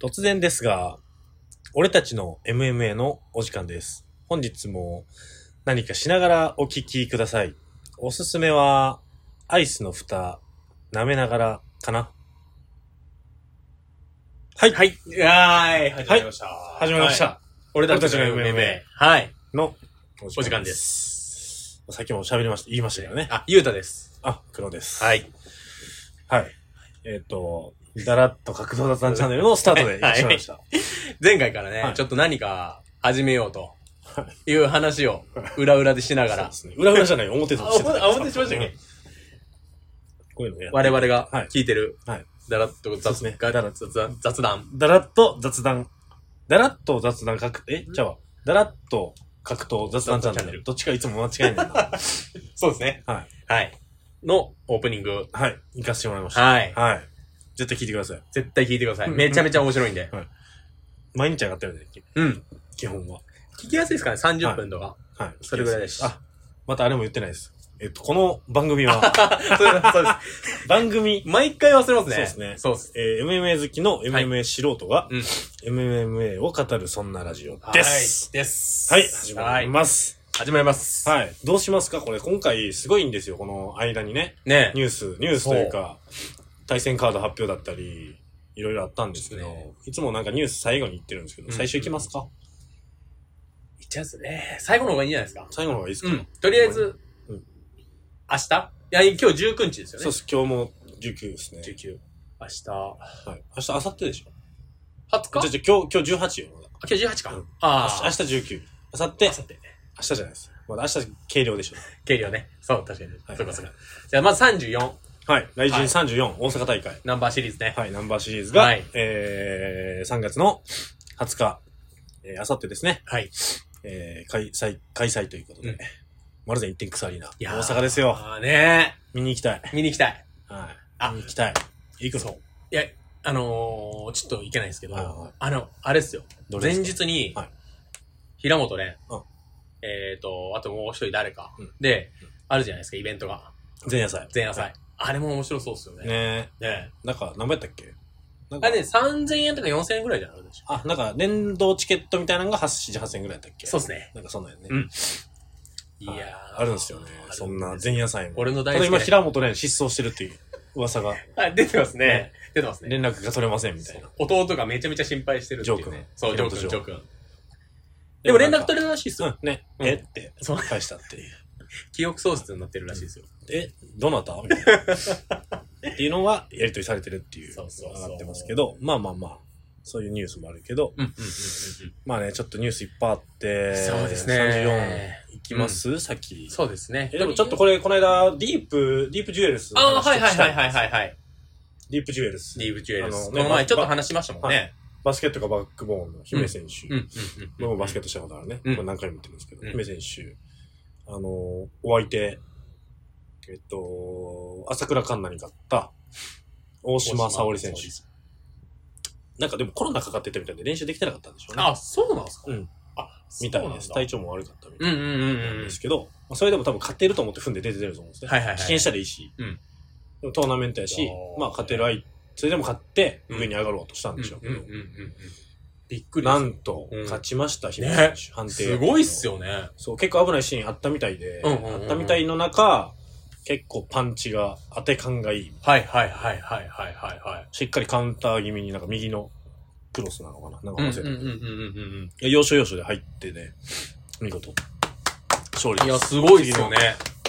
突然ですが、俺たちの MMA のお時間です。本日も何かしながらお聞きください。おすすめは、アイスの蓋、舐めながらかな。はい。はい。はい。始まりました。始まりました。はい。俺たち俺のたちの MMA 夢。はい。の。お時間ですさっきも喋りました、言いましたよね。あ、ゆうたです。あ、黒です。。はいい。はい。えっ、と、だらっと格闘技さんチャンネルのスタートでいらっしゃいました。前回からね、はいちょっと何か始めようという話を裏裏でしな がら。そうですね。裏裏じゃない、表としてあ表しましたっけこういうのやって我々がはい聞いてる、はいだらっとそうで雑すねが雑雑雑談。だらっと雑談。だらっと雑談格、え、ちゃうわ。だらっと格闘雑談チャンネル。雑談チャンネルどっちかいつも間違えない な。そうですね。はい。はい。のオープニング。はい。行かせてもらいました。はい。はい。絶対聞いてください。絶対聞いてください。うんめちゃめちゃ面白いんで。毎日上がってるんで、きうん。基本は。聞きやすいですかね ?30 分とか。はい。それぐらいですあ、またあれも言ってないです。えっと、この番組 は、そうですそうです。番組、毎回忘れますそね。うですねそうです。えー MMA 好きの MMA 素人が、うん MMA を語るそんなラジオです。。です。はい、始まりはいます。始まります。はい。どうしますかこれ、今回すごいんですよ、この間にね。ねニュース、ニュースというか、対戦カード発表だったり、いろいろあったんですけど、そうですねいつもなんかニュース最後に言ってるんですけど、うん最初行きますかいっちゃうっすね。最後の方がいいんじゃないですか。最後の方がいいですか、うん。とりあえず、うん明日いや、今日19日ですよね。そうです。今日も19ですね。 19。明日、20はい。明日、明後日でしょ日じゃあじゃあ今日、今日18よ、まだ。あ今日18か。うんあ明あ。日明日19。明後日、明明後日。日じゃないです。まだ明日、軽量でしょ。計量ね。そう、確かに。はいそうかそうか。じゃあ、まず34、はい。雷神はい34、大阪大会。ナンバーシリーズね。はい、ナンバーシリーズが、はいえー、3月の20日、えー、明後日ですね、はい。えー、開催、開催ということで、うんマルゼン1.9アリーナ、いやー大阪ですよ。ああね見に行きたい。見に行きたい。はい。あ見に行きたい。行くそのう。いや、あのー、ちょっと行けないんですけど、はいはいあの、あれっすよ。どれで前すか日にはい、平本ねうん、えっと、あともう一人誰かうん。でうん、あるじゃないですか、イベントが。前夜祭。前夜祭。あれも面白そうっすよね。ねねえ。なんか、何倍やったっけなんあかれね、3000円とか4000円ぐらいじゃないでしょ。あ、なんか、連動チケットみたいなのが8、7、8千円ぐらいやったっけそうう。っすね。なんかそんなんやね。うんいはやいーあるんですよね。そんな前夜祭も。俺のた大好だき今、な。平本蓮失踪してるっていう噂 が、あ、出てますねね。出てますね。連絡が取れませんみたいな。弟がめちゃめちゃ心配してるっていうジョー君ね。そう、ジョー君、ジジョーョー君。でも連絡取れれるらしいっすうよ。ん、ね。うんえってそう、返したっていう。記憶喪失になってるらしいですよ。え、どなたみたいな。 っていうのが、やりとりされてるっていう、そうそうそう上がってますけど、まあまあまあ、そういうニュースもあるけど、うん、うん、うん。まあね、ちょっとニュースいっぱいあって、そうですね。 34いきます、さっき。そうですね。え、でもちょっとこれ、この間、ディープ、ディープジュエルスのああ、話をはいはいしたはんいですはいはいはい。ディープジュエルスデ。ィーブ・ジュエルあス。のこねの前ちょっと話しましたもんね。バスケットがバックボーンの姫選手。うん、うん、うん。僕もバスケットしたことあるね。うんこれ何回も言ってるんですけど、うん姫選手。あのー、お相手、えっと、朝倉環奈に勝った、大島沙織選手。なんかでもコロナかかってたみたいで練習できてなかったんでしょうね。あ、そうなんですかうん。あ、そうみたいなんでだす。体調も悪かったみたいうんうんうんうなんんですけど、まあそれでも多分勝てると思って踏んで出てると思うんですね。はいはいはい棄権したらいいし、うんでもトーナメントやしあ、ーまあ勝てる相手、それでも勝ってうん上に上がろうとしたんうん。でしょうけど、んん。びっくりでなすんとうん勝ちました、姫ね選手、判定。すごいっす。よね。そう、結構危ないシーンあったみたいで、うんうんうんうんあったみたいの中、結構パンチが当て感がいい。はいはいはいはいはいはいはい。しっかりカウンター気味になんか右のクロスなのかななんかう忘んれうんたうけんどうんうんいや要所要所で入ってね、見事、勝利うん。いでや、す。すごいっすよね。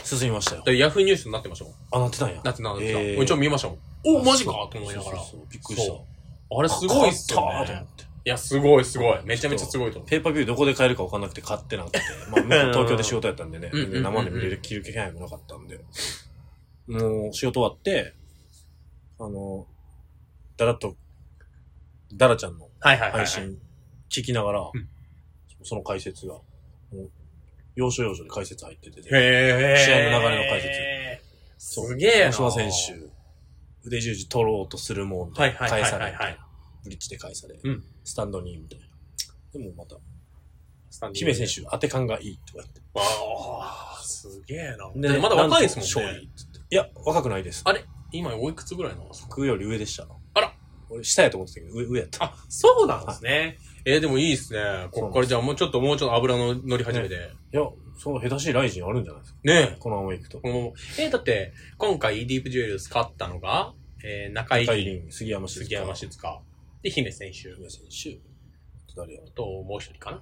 進みましたよだっ。てヤフーニュースになってましたもん。あ、なってたんや。なってなってた。えー俺ちょっと見ましたもん。お、マジかと思いながそうら。そうそうびっくりしたそ。あれすごいっすよ勝ったーとね。思っていや、すごいすごい。めちゃめちゃすごいと思う。ペーパービューどこで買えるか分かんなくて買ってなくて。 まあ、向こう東京で仕事やったんでね。うんうんうんうん生で見れる、着る気配もなかったんで。もう、仕事終わって、あの、だらっと、だらちゃんのはいはいはいはい。配信聞きながら、うんその解説が、もう、要所要所で解説入ってて、へ試合の流れの解説説すげえな。島選手、腕十字取ろうとするもんで、はいはいはい返はいさはれいみたいな。ブリッジで返され、うんスタンドに、みたいな。でもまた、スタンディング姫選手当て感がいいとか言って。わあ、すげえな。ねでまだ若いですもんなんと勝ね。利っつっていや、若くないですあ。今おいくつぐらいなんですか僕より上でした。あら俺、下やと思ってたけど、上、上やった。あ、そうなんですね。えーでもいいですね。こっからじゃあもうちょっと、もうちょっと油の乗り始めて。いや、その下手しいライジンあるんじゃないですか。ねえ。このまま行くと。このえーだって、今回ディープジュエルス勝ったのが、えー中井大リング、杉山静香杉山静香。で、姫選手。杉山選手。誰やと、もう一人かな。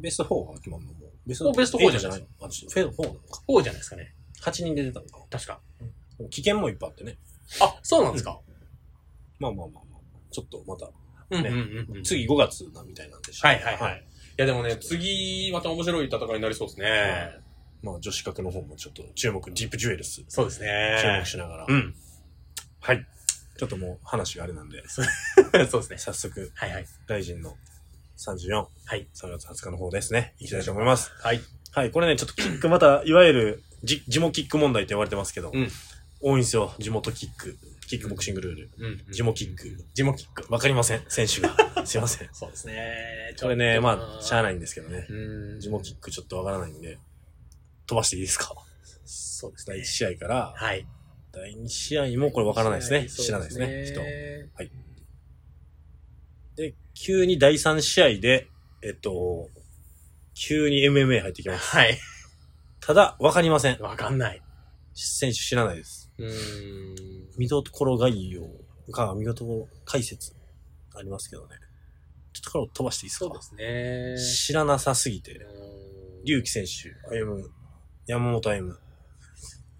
ベスト4が決まるのもう。ベスもうベスト4じゃないのあ、私フェード4なのか。こうじゃないですかね。 8人で出たのか。確か。でも危険もいっぱいあってね。あ、そうなんですか。まあまあまあまあ。ちょっとまた、うんうんねうんうん。次5月なみたいなんでしょはいはいはい。いやでもね、次、また面白い戦いになりそうですね。まあ女子格の方もちょっと注目、ディープジュエルス、そうです注目ね。しながら。うん。はい。ちょっともう話があれなんで、 そうですね。早速、はいはい。大臣の34、はい。 3月20日の方ですね、いきたいと思います。はい。はい、これね、ちょっとキック、また、いわゆる、じ、地元キック問題って言われてますけど、うん多いんですよ、地元キック、キックボクシングルール。うん地元キック。地元キック。わかりません、選手が。 すいません。そうですね。これね、まあ、しゃあなない。いんですけどね。うん。地元キックちょっとわからないんで、飛ばしていいですかそうです第ね1。試合から、はい。第2試合もこれわからないですね。知らないですね、人。人。で、急に第3試合で、えっと、急に MMA 入ってきます。はい。ただ、わかりません。わかんない。選手知らないです。うーん。見どころ概要か、見どころ解説ありますけどね。ちょっとこれを飛ばしていいですそうかですね。知らなさすぎて。うーん龍騎選手、歩、山本歩。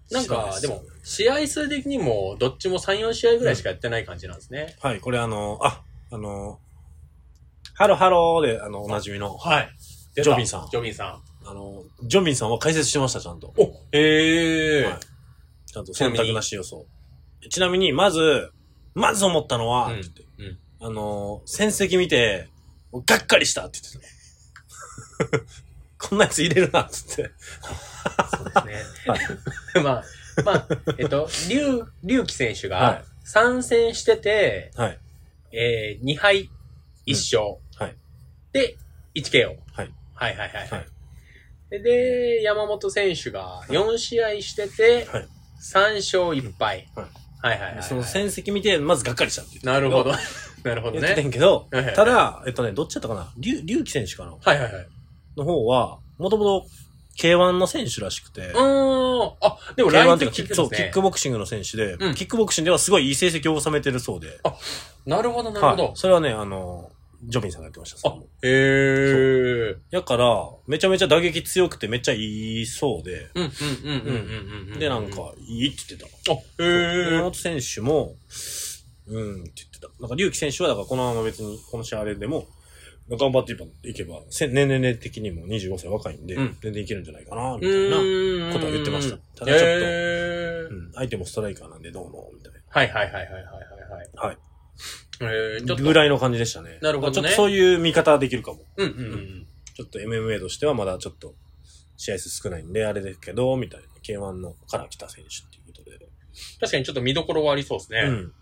なん知らいか、すでも、試合数的にも、どっちも3、4試合ぐらいしかやってない感じなんですね。はい、これあの、あ、あの、ハロハローで、あの、おなじみの、はい。ジョビンさんジョビンさん。あの、ジョンビンさんは解説してました、ちゃんと。お、ええはいちゃんと選択なし予想。ちなみに、まず、まず思ったのは、うんって言ってうんあのー、戦績見て、がっかりしたって言ってた。こんなやつ入れるな、つって。そうですね。まあ、 まあ、えっと、龍、龍騎選手はが参戦してて、はい。えー、2敗うん1勝。はいで、1KO。はい。はいはいはい。はいでで、山本選手が4試合してて、はい3勝1敗。はいはいはいはいはい。その戦績見て、まずがっかりしたって言ってたなるほど。。 なるほど言ってたんね。やけど、はいはいはいただ、えっとね、どっちだったかな龍、龍騎選手かなはいはいはい。の方は、もともと K1 の選手らしくてう、ーん。あ、で K1 も来っていう年か、キ聞いックてそまうすキッねク。ボクシングの選手で、うんキックボクシングではすごいいい成績を収めてるそうで、なるほどなるほはいど。それはね、あの、ジョビンさんがやってましたそれも。へえ。やから、めちゃめちゃ打撃強くてめっちゃいいそうで、うんうんうんうんうんうん。で、なん。か、いいって言ってた。あ、へ山え。本選手も、うんって言ってた。なんか、龍騎選手は、だからこのまま別に、この試合あれでも、頑張っていけば、せ年齢的にも25歳若いんで、うん全然いけるんじゃないかな、みうたいな、ーん。ことは言ってましたただちょっとへえう。ん、相手もストライカーなんでどうのみたいはいはいはいはいはいはい。な。はい。えー、ちょっと。ぐらいの感じでしたね。なるほどねちょっとそういう見方はできるかも。うんうんうん。ちょっと MMA としてはまだちょっと、試合数少ないんで、あれですけど、みたいな。K1 のから来た選手っていうことで。確かにちょっと見どころはありそうですね。うん。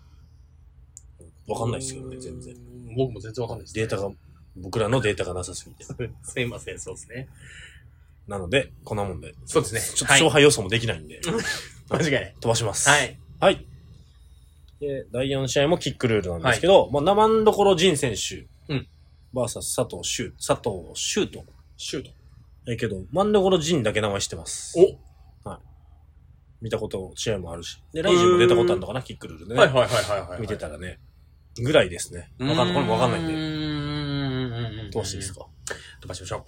わかんないですけどね、全然。。僕も全然わかんないです、データが、僕らのデータがなさすぎて。が。すいません、そうですね。なので、こんなもんで。そうですねちょっとはい勝敗予想もできないんで、間違いない。飛ばします。は。い。はい。で、第4試合もキックルールなんですけど、まあ、生んどころ仁選手、うん。バーサス佐藤修、佐藤修と。シュート。え、けど、真んどころ仁だけ名前知ってます。お見たこと、試合もあるし。で、ライジンも出たことあるのかな、キックルールでね。はいはいはいはいはい。見てたらね。ぐらいですね。うー。わかんこれもわかんないんうで。ーん。どうしていいですかか飛ばしましょ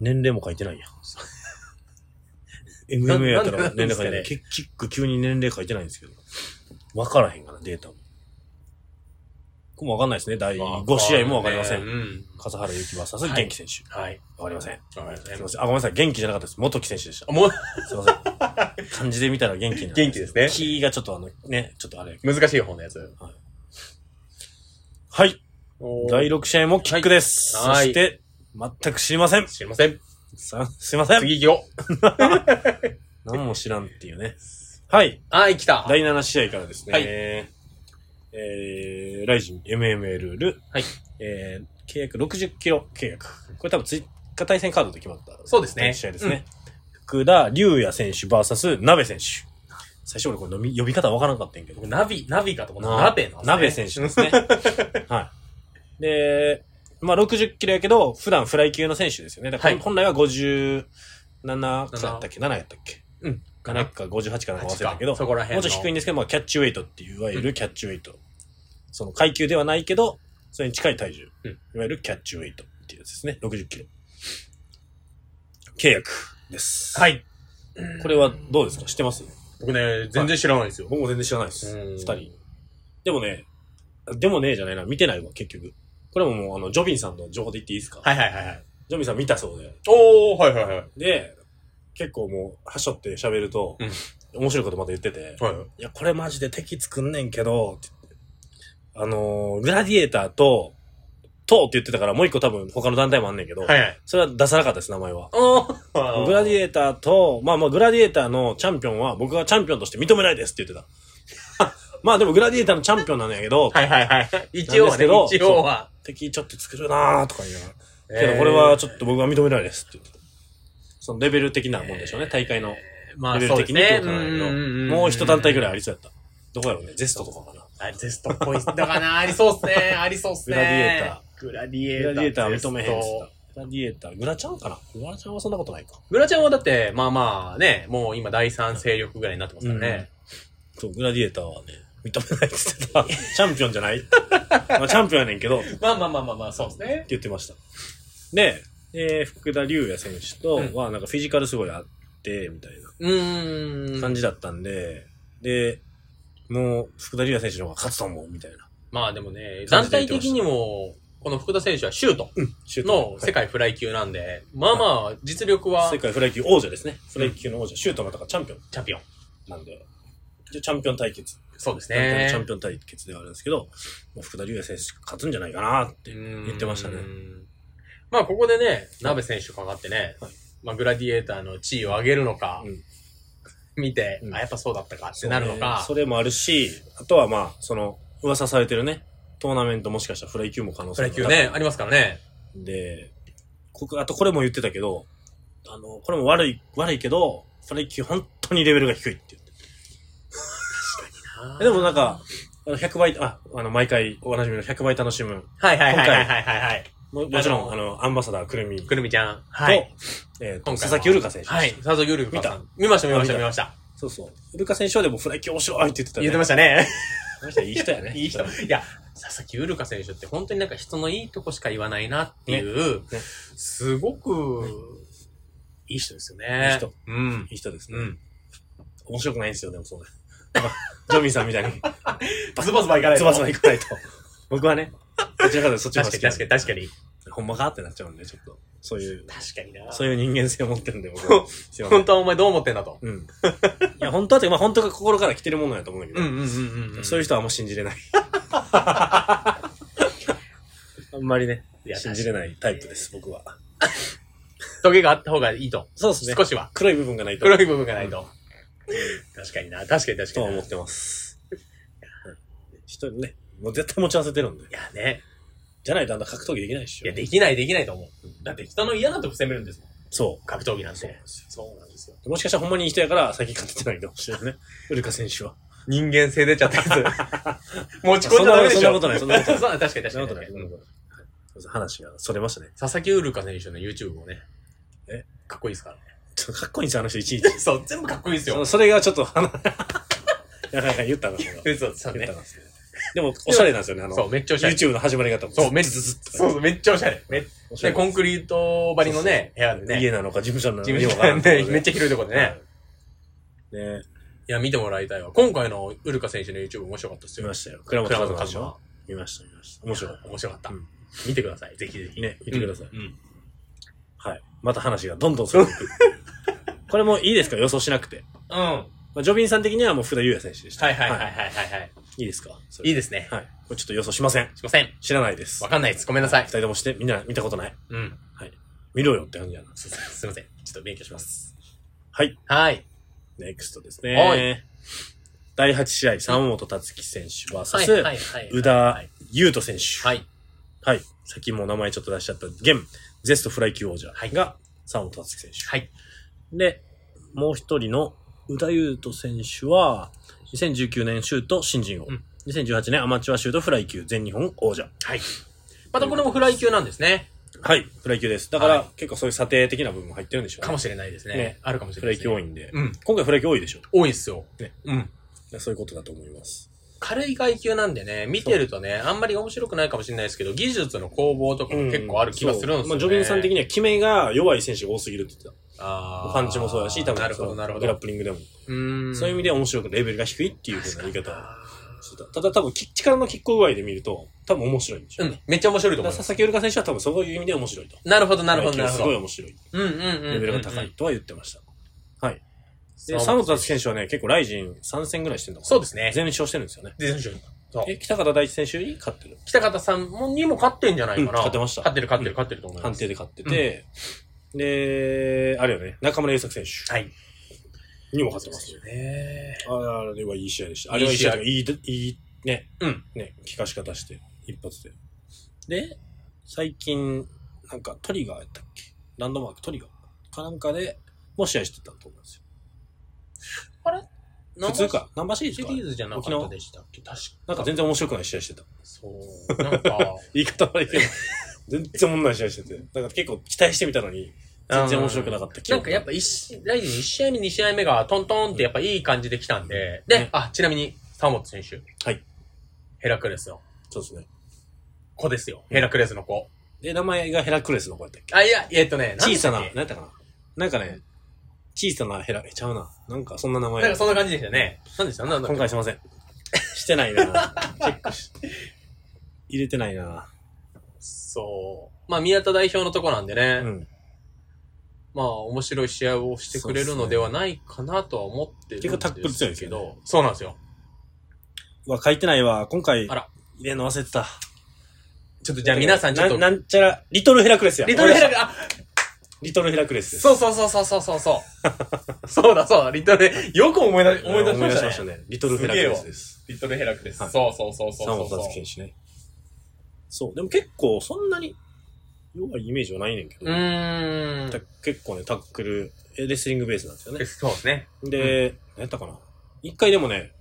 年齢も書いてない やん。MMA やったら年齢書いてななんなんなんい。ですキキック急に年齢書いてないんですけど。わからへんから、データも。これもわかんないですね。第う。 5試合もわかりませ。うんん。笠原幸馬 VS はい元気選手。はい。わかりません。わかりますせいんま。せん。あ、ごめんなさい。元気じゃなかったです。元木選手でしたあ。もう、すいませ ん。漢字で見たら元気になる元気ですね気がちょっとあの、ね、ちょっとあれ。難しい方のやつ。はい。おー第6試合もキックです。そはいして、全く知りません。知りません。さすいません。次行きよう。何も知らんっていうね。はい。はい、来た。第7試合からですね。はいえー、ライジン MMA ルール。はい。えー、契約60キロ契約。これ多分追加対戦カードで決まった。そうですね試合ですね。福田龍也選手 VS 鍋選手。最初俺これ飲み呼び方わからんかったんやけど僕、。ナビ、ナビかと思った。な鍋なんですね鍋選手ですね。 はい。で、まあ60キロやけど、普段フライ級の選手ですよね。だからはい本来は57かやったっけ ?7 やったっけうん。かな7か58かなんか忘れたけそど、こら辺もうの。ちょっと低いんですけど、まあキャッチウェイトっていう、いわゆるキャッチウェイト。その階級ではないけど、それに近い体重。うんいわゆるキャッチウェイトっていうやつですね。60キロ。契約です。。はいい。これはどうですか知ってます僕ね、全然知らないですよ。僕も全然知らないです。うん二人。でもね、でもねえじゃないな、見てないわ、結局。これももう、あの、ジョビンさんの情報で言っていいですかはいはいはいはい。ジョビンさん見たそうで。おー、はいはいはい。はいで、結構もう、はしょって喋ると、面白いことまた言ってて、はい。いや、これマジで敵作んねんけど、って言ってあのー、グラディエーターと、とって言ってたから、もう一個多分他の団体もあんねんけど、はいはい。それは出さなかったです、名前は。おーグラディエエーターと、まあまあ、グラディエーターのチャンピオンは僕がチャンピオンとして認めないですって言ってた。 まあでもグラディエーターのチャンピオンなんやけど、はいはいはい。一応はね、なんですけ一ど応は。敵ちょっと作るなーとか言いながら。けえどーこれは、ちょっと僕は認めないですって言ってた。そのレベル的なもんでしょうね、大会の。まレベルあそうで的すにってねこ。とうなんやけどんもう一団体ぐらいあり。りそうやった。どこやろうね、ゼストとかかな。あゼストっぽいっす。だからな、ありそう っすね。ありそうっすグね。ラディエーター。グラディエーグタラー。ディエーターは認めへんっゼつスっトた。グラディエーター、グラちゃんかなグラちゃんはそんなことないか。グラちゃんはだって、まあまあね、もう今第三勢力ぐらいになってますからね。そう、グラディエーターはね、認めないって言ってた。チャンピオンじゃない まあチャンピオンやねんけど、まあまあまあまあまあ、そうですねっ。て言ってました。で、えー福田竜也選手とは、なんかフィジカルすごいあって、みたいうー。なん感じだったんで、で、もう福田竜也選手の方が勝つと思う、みたいな。まあでもね、感団じで言っ体てました的にも、この福田選手はシュートシュートの世界フライ級なんで、まあまあ、実力ははい世界フライ級王者ですね。フライ級の王者、シュートのだからチャンピオンチャンピオン。なんで、じゃあチャンピオン対決。そうです団体のね。チャンピオン対決ではあるんですけど、もう福田竜也選手勝つんじゃないかなって言ってましたねう。ん。まあ、ここでね、鍋選手かかってね、はいまあ、グラディエーターの地位を上げるのか、うん見て、うんあ、やっぱそうだったかってなるのか、そうねそれもあるし、あとはまあ、その、噂されてるね、トーナメントもしかしたらフライ級も可能プ性ロが野高い球ね、ありますからね。で、ここあとこれも言ってたけど、あの、これも悪い、悪いけど、それ級本当にレベルが低いって言って。でもなんか、あの、100倍、あ、あの、毎回おなじみの100倍楽しむ。はいはいはいはいはいはいはい。ももちろん、ああの、アンバサダーくるみと、くるみちゃん。はい。えっ、と、今回は佐々木うるか選手。はい。。佐藤ゆるかさん。見ました見ました見ました。そうそう。うるか選手はでも、フライ級面白いって言ってた、ね。言ってましたね。。この人いい人やねいい人。いや、佐々木うるか選手って本当になんか人のいいとこしか言わないなっていう、ねすごく、いい人ですよね。いい人。うん。いい人ですね。うん。面白くないんですよ、でもそうね。なんかジョミーさんみた いに、ズバズバいかないズとバズバいかないと。僕はね、どちらかというとそっちの方確が好かきなんに確でかに確かに。ほんまかってなっちゃうんで、ちょっと。そういう、確かに な。そういう人間性を持ってるんで、僕は。すいません本当はお前どう思ってんだと。 うん。いや、本当はって、まあ本当が心から来てるものやと思うんだけど、うんうんそういう人。人はあんま信じ れない。あんまりねい、や信じれないタイプです、僕は。トゲがあった方がいいと。そうですね少。しは。黒い部分がないと。黒い部分がないと。確かにな。確かに確かとはに。思いってます。うん人にね、もう絶対持ち合わせてるんで。やね。じゃないとあんな格闘技できないでしょ。いや、できないできないと思う。だって人の嫌なとこ攻めるんですもん。そ格闘技なんそうて。そうなんですよ。う。もしかしたらほんまにいい人やから、最近勝ててないかもしれないね。 ウルカ選手は。人間性出ちゃったやつ。 持ち込んじゃダメでしそょ。んなことないそんなことないそう確かにそ確かんなこにと確かない、そんなに。ことない。話がそれましたね。佐々木ウルカ選手の YouTube をね。えかっこいいですからね。ちょっとかっこいいんですよ、あの人、いちいち。 そう、全部かっこいいですそよの。それがちょっと、あ のなかなか言ったな、 それは言っそう、そうねた。な。それでも、おしゃれなんですよね、あそう、の、めっちゃおしゃれ。 YouTube の始まり方も。そう、めっちゃ、ずずっとそうそう、めっちゃおしゃれ。めっおしゃで、れコンクリート張りのね、部屋でね。家なのか、事務所なのか、事務所よくわからんでとこね、で めっちゃ広いとこでね。。ねいや、見てもらいたいわ。今回のウルカ選手の YouTube 面白かったです見よ。ましたよ。倉本倉和本和真馬。見ました、見ました。面白い。面白かったうん。見てください。ぜひぜひ。ね、見てください。うん。はい。また話がどんどんそれて いく。これもいいですか予想しなくて。うん。はまあ、ジョビンさん的にはもう福田優也選手でしいた。はいはいはいい。はいはい。いいですかそれいいですね。はい。これちょっと予想しません。すいません。知らないですわ。かんないです。ごめんなさい二。人ともして、みんな見たことない。うん。見ろよって感じやな。すすいません。ちょっと勉強します。はい。はい。ネクストですはね。第8試合、三本達樹選手 VS、はいはいはい。宇田はい。優斗選手。はい。はい。さっきもう名前ちょっと出しちゃった、現、ゼストフライ級王者はいが三本達樹選手。はい。で、もう一人の、宇田優斗選手は、2019年シュート新人王。うん2018年アマチュアシュートフライ級全日本王者。はい。またこれもフライ級なんですね。はい、フライ級です。だから、は結構そういう査定的な部分も入ってるんでしょうねかもしれないですね。ねあるかもしフれラないイで級す、ね。多いんで。うん。今回フライ級多いでしょ。多いっすよ。ねうん。そういうことだと思います。軽い階級なんでね、見てるとね、あんまり面白くないかもしれないですけど、技術の攻防とかも結構ある気がするんですよね。そうまあ、ジョビンさん的には決めが弱い選手が多すぎるって言ってた。あーパンチもそうだし、多分なるほど、なるほグラッど。プリングでも。うんそういう意味ででは面白くレベルが低いっていうふうな言い方をしてた。ただ多分き力の拮抗具合で見ると、多分面白いんでしょううね。ん、めっちゃ面白いとだか思らいま佐す。々木ウルカ選手は多分そういう意味では面白いと。なるほど、なるほど、なるすほごいど。面白い。うんうんうんうん。レベルが高い。とは言ってました。はい。そで、う佐野達選手はね、結構ライジン3戦ぐらいしてるのかなそうですね全勝してるんですよね。で、選手そうえ、北方大地選手に勝ってる。北方さんもにも勝ってんじゃないかな。うん勝ってました勝ってる、勝ってる、勝ってると思いま判す。定で勝ってて、で、あれよね、中村優作選手はい。にも勝ってます。ね。ああれはいい試合でした。あれはいい試合というかいい、いい、ね、うん。ね、効かし方して、一発で。で、最近、なんかトリガーやったっけランドマークトリガーかなんかで、もう試合してたと思うんですよ。普通か。ナンバーシリーシズかリーズじゃなかったでしたっけ確か。なんか全然面白くない試合 してた。そう。なんか、言い方悪いけど、全然面白い試合してて。だから結構期待してみたのに、全然面白くなかった記なん憶かがやっぱ一試、ライジン1試合目、2試合目がトントンってやっぱいい感じで来たんで、で、ねあ、ちなみに、サモト選手。はい。ヘラクレスのそうですね。子ですよ。ヘラクレスの子。で、名前がヘラクレスの子やったっけあ、いや、えっとね、ん小でしさたっな、け何やったかななんかね、小さなヘラ、えちゃうな。なんかそんな名前。なんかそんな感じでしたね。なんでしたなんだ今回しません。してない なチェックし、入れてないなそう。まあ、宮田代表のとこなんでね、うん。まあ、面白い試合をしてくれるのではないかなとは思ってるんです結構タックル強いですけよど、そうなんですよ。うわ、書いてないわ。今回、あら入れんの忘れてた。ちょっとじゃあ皆さんちょっと、ななんちゃら、リトルヘラクレスや。リトルヘラクレス。レス、あ、リトルヘラクレスです。そうそうそうそうそうそ うそう。そうだそうだ、リトル、よく思い出し、思い出しましたね。ね。リトルヘラクレスです。リトルヘラクです。はいそうそうそうそ三うそう本そう。達選手ね。そう。でも結構、そんなに弱いイメージはないねんけど。うーん。た結構ね、タックル、えレスリングベースなんですよね。そうですね。で、何やったかな一回でもね、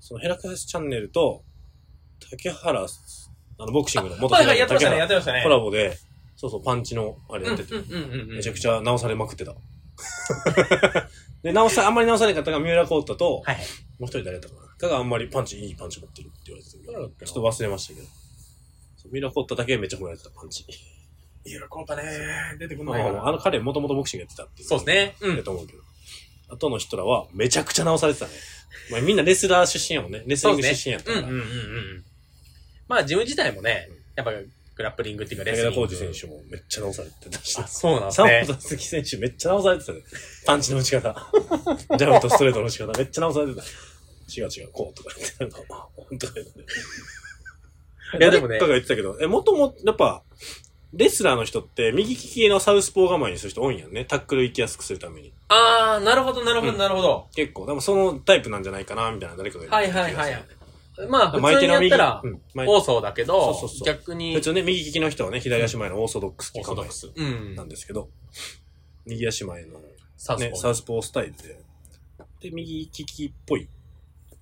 そのヘラクレスチャンネルと、竹原、あの、ボクシングの元はいはい、のやってま竹したね、原やってましたね。コラボで、そうそう、パンチのあれうやんうっんてて、うんうんうん。めちゃくちゃ直されまくってた。 で、直さ、あんまり直されなかったのが三浦浩太と、はいはもい。う一人誰やったかなかがあんまりパンチ、いいパンチ持ってるって言われてたけど誰だっけなちょっと忘れましたけど。そう三浦浩太だけめっちゃ褒められてた、パンチ。喜んだね。出てこまあまあまああの彼もともとボクシングやってたっていう。そうですね。うだん。と思うけど。あとの人らは、めちゃくちゃ直されてたね。まあ、みんなレスラー出身やもんね。レスリング出身やったうんから。うんうんうん。まあ、ジム自体もね、やっぱグラップリングっていうか、レス武リン田グ。浩二選手もめっちゃ直されてたしあ、。そうなんですサね本。達樹選手めっちゃ直されてたね。パンチの打ち方。 ジャブとストレートの打ち方めっちゃ直されてた。違う違う、こうとか言って、なんか、まあ、ほんとか言って。いやでもね誰かが言ってたけど、え、もとも、やっぱ、レスラーの人って右利きのサウスポー構えにする人多いんやんね。タックル行きやすくするために。あー、なるほど、なるほど、うんなるほど。結構、でもそのタイプなんじゃないかな、みたいな誰かが言ってた気がするはいはいはいまあ、普巻い通てにのやっ右たらう、ん、巻い多そうだけどそうそうそ、う逆に普、通ね、右利きの人はね、左足前のオーソドックスっていう考えうんなん。ですけど、右足前の、サウスね、ポーサウスポースタイルで、で、右利きっぽい。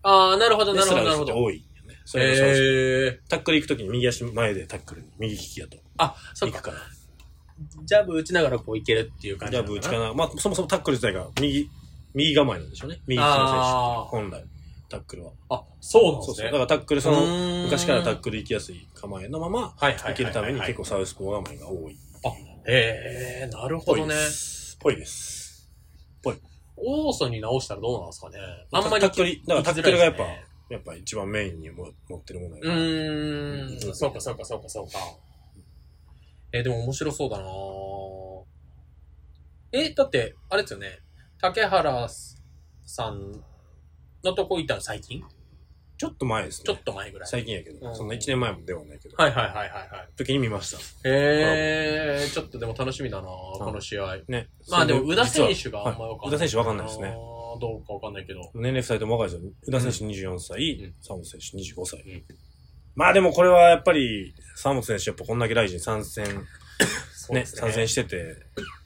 あー、なるほど、レなスるほラど、ーなのる人ってほど。多いよね。それがサウスポーえー。タックル行くときに右足前でタックルに、右利きやと。あ、そ行っくか。から。ジャブ打ちながらこういけるっていう感じジなャのかブな。打ちかな。まあ、そもそもタックル自体が右、右構えなんでしょうね。右利きの選あ手。ー本来、タックルは。あ、そうなんそうそですう。だねか。らタックル、その、の昔からタックル行きやすい構えのまま、はいはいはいはい行けるために結構サウスポー構えが多い。へえー、なるほどぽねいで。す。ぽいです。オーソに直したらどうなんですかね。あんまり。タックル、だからタックルがやっぱ、行きづらいですねやっぱ一番メインにも持ってるものやうからーん、そうかそうかそうかそうか。えーでも面白そうだなぁえ、だって、あれですよね。竹原さんのとこ行ったの最近ちょっと前ですね。ちょっと前ぐらい。最近やけど、うんそんな1年前もではないけど、はいはいはいはいはい。時に見ました。へえー、ちょっとでも楽しみだなぁこの試合。ね。まあでも、それ宇田選手が実はあんまよはい宇田選手わかんないですね。。あーどうかわかんないけど。年齢2人とも若いですよ。宇田選手24う歳ん、サモ選手25歳。うんまあでもこれはやっぱり、サモ選手やっぱこんだけ大臣参戦、そうね、ですね。参戦してて、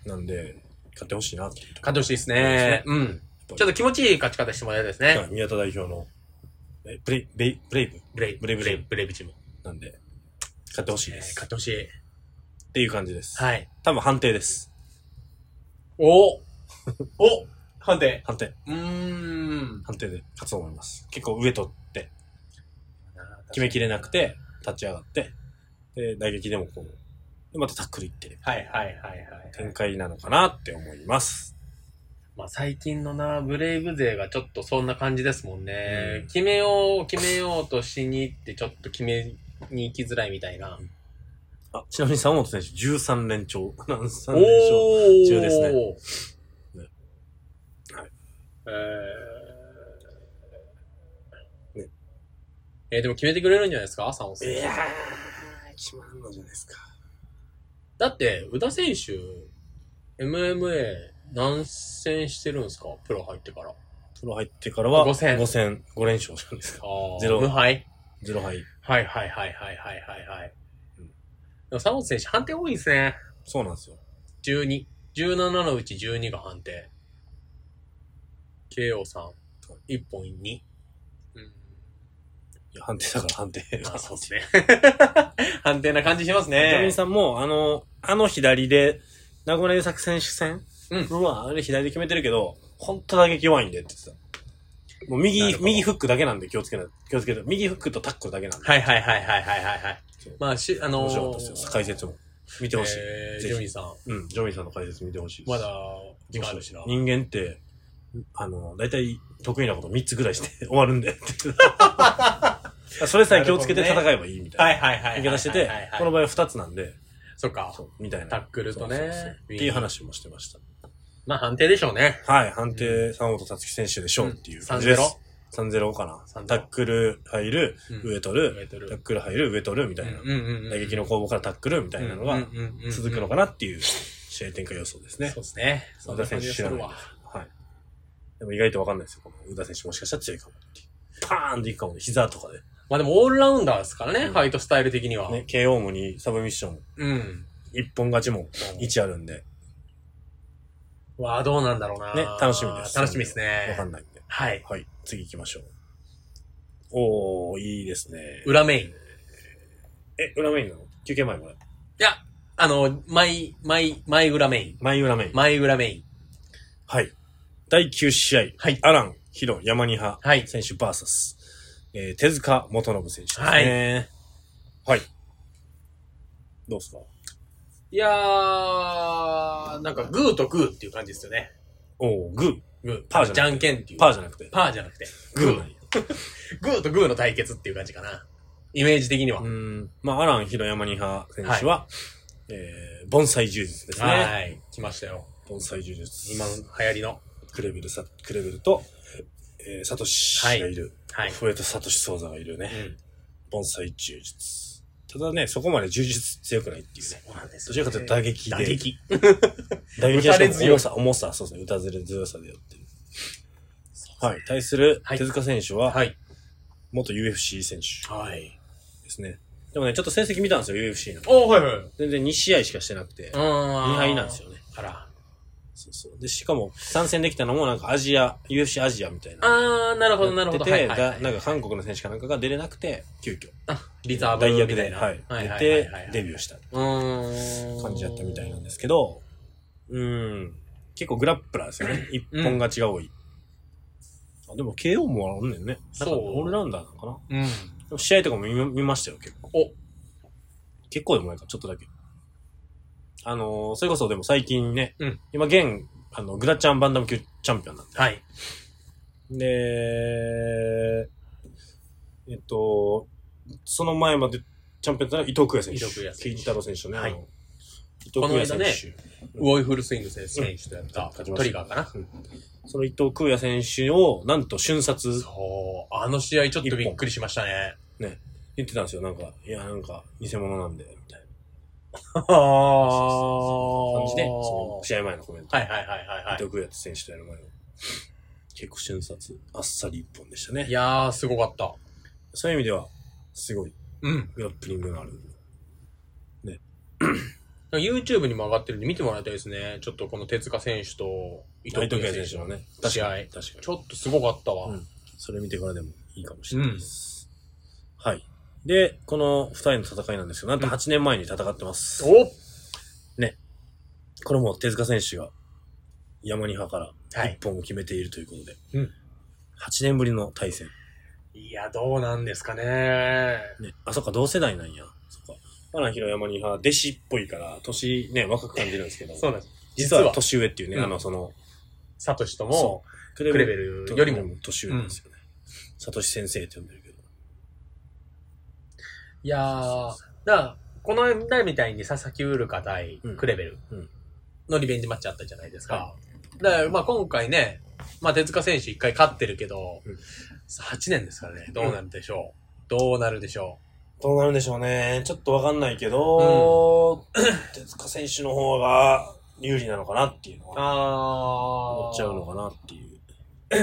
なんで、勝ってほしいなっていうとこ勝ってほしいですね。うん。やちょっと気持ちいい勝ち方してもらいたいですね。はい宮田代表の、えブレイ、ブレイ、ブレイブブレイブ、ブレイブブレイブ、ブレイブチーム。なんで、勝ってほしいでえーす。勝ってほしい。っていう感じです。はい。多分判定です。おお判定。判定。うーん。判定で勝つと思います。結構上取って、決めきれなく。て、立ち上がって、で、打撃でもこう、でまたタックルいって、はいはいはいは展い。開なのかなって思います。まあ最近のな、ブレイブ勢がちょっとそんな感じですもんね。うん決めよう、決めようとしに行って、ちょっと決めに行きづらいみたいな。あ、ちなみに沢本選手13連勝。3お連勝。ー中ですねねはいえーねえーでも決めてくれるんじゃないですかサオン選手。ー、決まんのじゃないですか。だって、宇田選手、MMA 何戦してるんですかプロ入ってから。プロ入ってからは、 5戦5戦、5連勝したんですよ。あゼロ無敗0敗。はいはいはいはいはいはいはい。うんでも、サモ選手判定多いですね。そうなんですよ。 12。17のうち12が判定。KO さん、1本2。うん。いや判定だから判定。まあそうですね。 判定な感じしますジャミンね。さんも、あの、あの左で、名古屋優作選手戦うんうん。まあ、あれ左で決めてるけど、ほんと打撃弱いんでって言ってた。もうなる右ほ、ど右フックだけなんで気をつけない。気をつけて。右フックとタックルだけなんで。はいはいはいはいはいはいはいそう。まあ、し、あの面ー、白かったですよ。解説も。見てほしい。えーぜひジョミーさん、うん。ジョミンさんの解説見てほしいです。まだ、時間あるしな。人間って、あの、大体得意なこと3つぐらいして終わるん でって言ってた。それさえ気をつけて戦えばいいみたはいいはいはいはな。い。言い方してはいてはいはい、この場合は2つなんで、そっか。そう、みたいな。タックルとそうねそうそう。っていう話もしてました。まあ判定でしょうね。はい、判定、三本達樹選手でしょうっていう感じです。3-0かな。 3-0タックル入る、上取メる、ートルタックル入る、上取るみたいな。うんうんうん。打撃の攻防からタックルみたいなのうんがうんうんうん続くのかなっていう試合展開予想ですね。ねそう。ですね。そんな感じがするわ。はい。でも意外とわかんないですよ。この宇田選手もしかしたら強いかもっていう。パーンでいくかもね。膝とかで。まあでもオールラウンダーですからね、うんファイトスタイル的には。ね、KO もにサブミッション、うん。一本勝ちも1あるんで、わあ、どうなんだろうな。ね、楽しみです。楽しみですわかね。んないんで。はい。はい、次行きましょう。おー、いいですね。裏メイン。いえ、裏メインなの休憩前これ。や、あの、前、前、前裏メイン。前裏メイン。前裏メイン。はい。第9試合。はいアラン、ヒロ、ヤマニハはい。選手 VS、えー、手塚元信選手ですね。はい。どうっすかいやー、なんかグーとグーっていう感じですよね。おー、グー。グー。パーじゃなくてじゃんけんっていう。パーじゃなくて。パーじゃなくて。グーなんや。グーとグーの対決っていう感じかな。イメージ的には。うーん。まあ、アラン、ヒロ、ヤマニハ選手は、えー、盆栽柔術ですね。はい。来ましたよ。盆栽柔術。今、流行りの。クレベルさ、クレベルと、えー、サトシがいる。はい。増えたサトシソーザがいるね。うん。盆栽柔術。ただね、そこまで柔術強くないっていうね。うなんでどちらかというと打撃で。打撃。打撃の打たれ強い重さ、重さ、そうですね。打たずれ強さでやってる。はい。対するはい手塚選手は、はい。元 UFC 選手はい。ですね。でもね、ちょっと成績見たんですよ、UFC の。おー、はいはい。う全然2試合しかしてなくて、2ーん。敗なんです。よね。あら。そうそう。で、しかも参戦できたのもなんかアジア、UFC アジアみたいな。あー、なるほど、なるほど。やってはていはいはだいなんか韓国の選手かなんかが出れなくて、急遽、リザーブ代み役たで、いな。はい。出て、デビューしたうーん。感じだったみたいなんですけど、うん。結構グラップラーですよね。一本勝ちが多い。あでも KO もあるんだよね。なんかそうオールラウンダーなのかなうん。でも試合とかも見見ましたよ、結構。お結構でもないか、ちょっとだけ。あのーそれこそでも最近ね、うん今現、あの、グラチャンバンダム級チャンピオンなんはい。で、えっと、その前までチャンピオンだったのは伊藤久也選手。伊藤久也選手慶一太郎選手ね。はいあの伊藤久也選この間ね手。ウォイフルスイング選手とやった勝ちましたトリガーかな。その伊藤空也選手を、なんと瞬殺そう。あの試合ちょっとびっくりしましたね。言ってたんですよ。なんか、いや、なんか、偽物なんで、みたい あなー感じで、その試合前のコメント。はいはいはいはい伊は藤空也選手とやる前の。結構瞬殺、あっさり一本でしたい。いね。やー、すごかった。そういう意味では、すごい、うん。グラップリングのある。 YouTube にも上がってるんで見てもらいたいですね。ちょっとこの手塚選手と伊内藤圭圭選手のね。試合確かに。確かにちょっとすごかったわ。うんそれ見てからでもいいかもしれないです。はい。で、この二人の戦いなんですけど、なんとうん8年前に戦ってます。おこれも手塚選手が山に派からはい一。本を決めているということで、うん8年ぶりの対戦。いや、どうなんですかね。ね、あ、そっか、同世代なんや。そっか。花広山に派、弟子っぽいから、年ね、若く感じるんですけど、そうなんです。実実はは、年上っていうね、うんあの、その、サトシとそも、ククレベルよりも。年上なんですよね。サトシ先生って呼んでるけど。いやー、だからこの間みたいに佐々木ウルカ対うんクレベルうんのリベンジマッチあったじゃないですかは。だから、まあ今回ね、まあ手塚選手一回勝ってるけどうん、 8年ですからね、どうなるでしょう。どうなるでしょどうなるんでしょうね。ちょっとわかんないけど、手塚選手の方が有利なのかなっていうのう。はあ思っちゃうのかなってい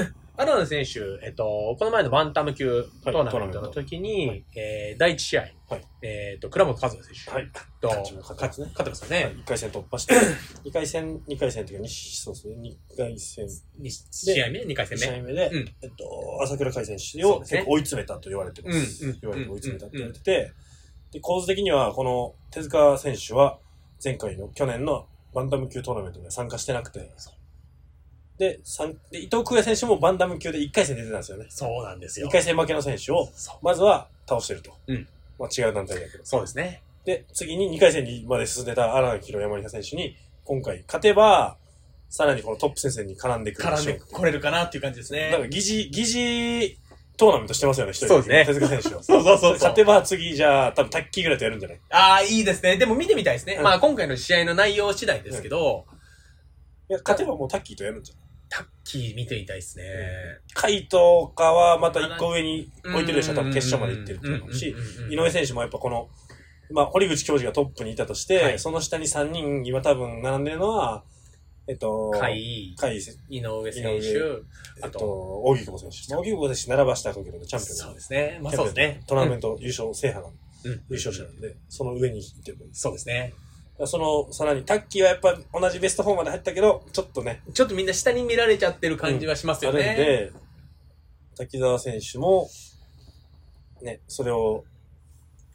う。アラナ選手、えっと、この前のバンタム級トーナメントの時に、はいえー、第1試合、はいえっと、倉本和也選手、はい。と勝ちました勝勝ってますよね。 1回戦突破して、2回戦、2回戦というか、西そうですね、2回戦、に試合目 ?2 回2戦目試合目で、うんえっと、朝倉海選手そをうですね結構追い詰めたと言われてます。うんうん言われて追い詰めたって言われてて、で、構図的には、この手塚選手は、前回の去年のバンダム級トーナメントには参加してなくて、で、三で伊藤空也選手もバンダム級で1回戦出てたんですよね。そうなんですよ。 1回戦負けの選手を、そうまずは倒してると。うんまあ違う団体だけど。そうですね。で、次に2回戦にまで進んでた荒木宏山里選手に、今回勝てば、さらにこのトップ戦線に絡んでくる絡んでこれる。るかなっていう感じですなんね。か疑似、疑似トーナメントしてますよね、一人。そうですね手塚選手は。そうそうそうそう勝てば次、じゃあ、多分タッキーぐらいとやるんじゃないああ、いいですね。でも見てみたいですね。うんまあ今回の試合の内容次第ですけど、いや、勝てばもうタッキーとやるんじゃないタッキー見てみたいですね。カイとかはまた一個上に置いてるでしょ、多分決勝まで行ってると思うしうん、うんうんうん、井上選手もやっぱこの、まあ、堀口教授がトップにいたとして、はいその下に3人、今多分並んでるのは、えっと、甲斐、甲斐選井上選井上手、ああと、と、大木久保選手。大木久保選手ならばしたけどね、チャンピオンそうで。ですすね。まあそうですね。トーナメント優勝制覇なんで、うん、優優勝者なんで、その上にいてるんです。そうですね。だからその、さらにタッキーはやっぱ同じベスト4まで入ったけど、ちょっとね、ちょっとみんな下に見られちゃってる感じはしますあよるんね。で、滝沢選手も、ね、それを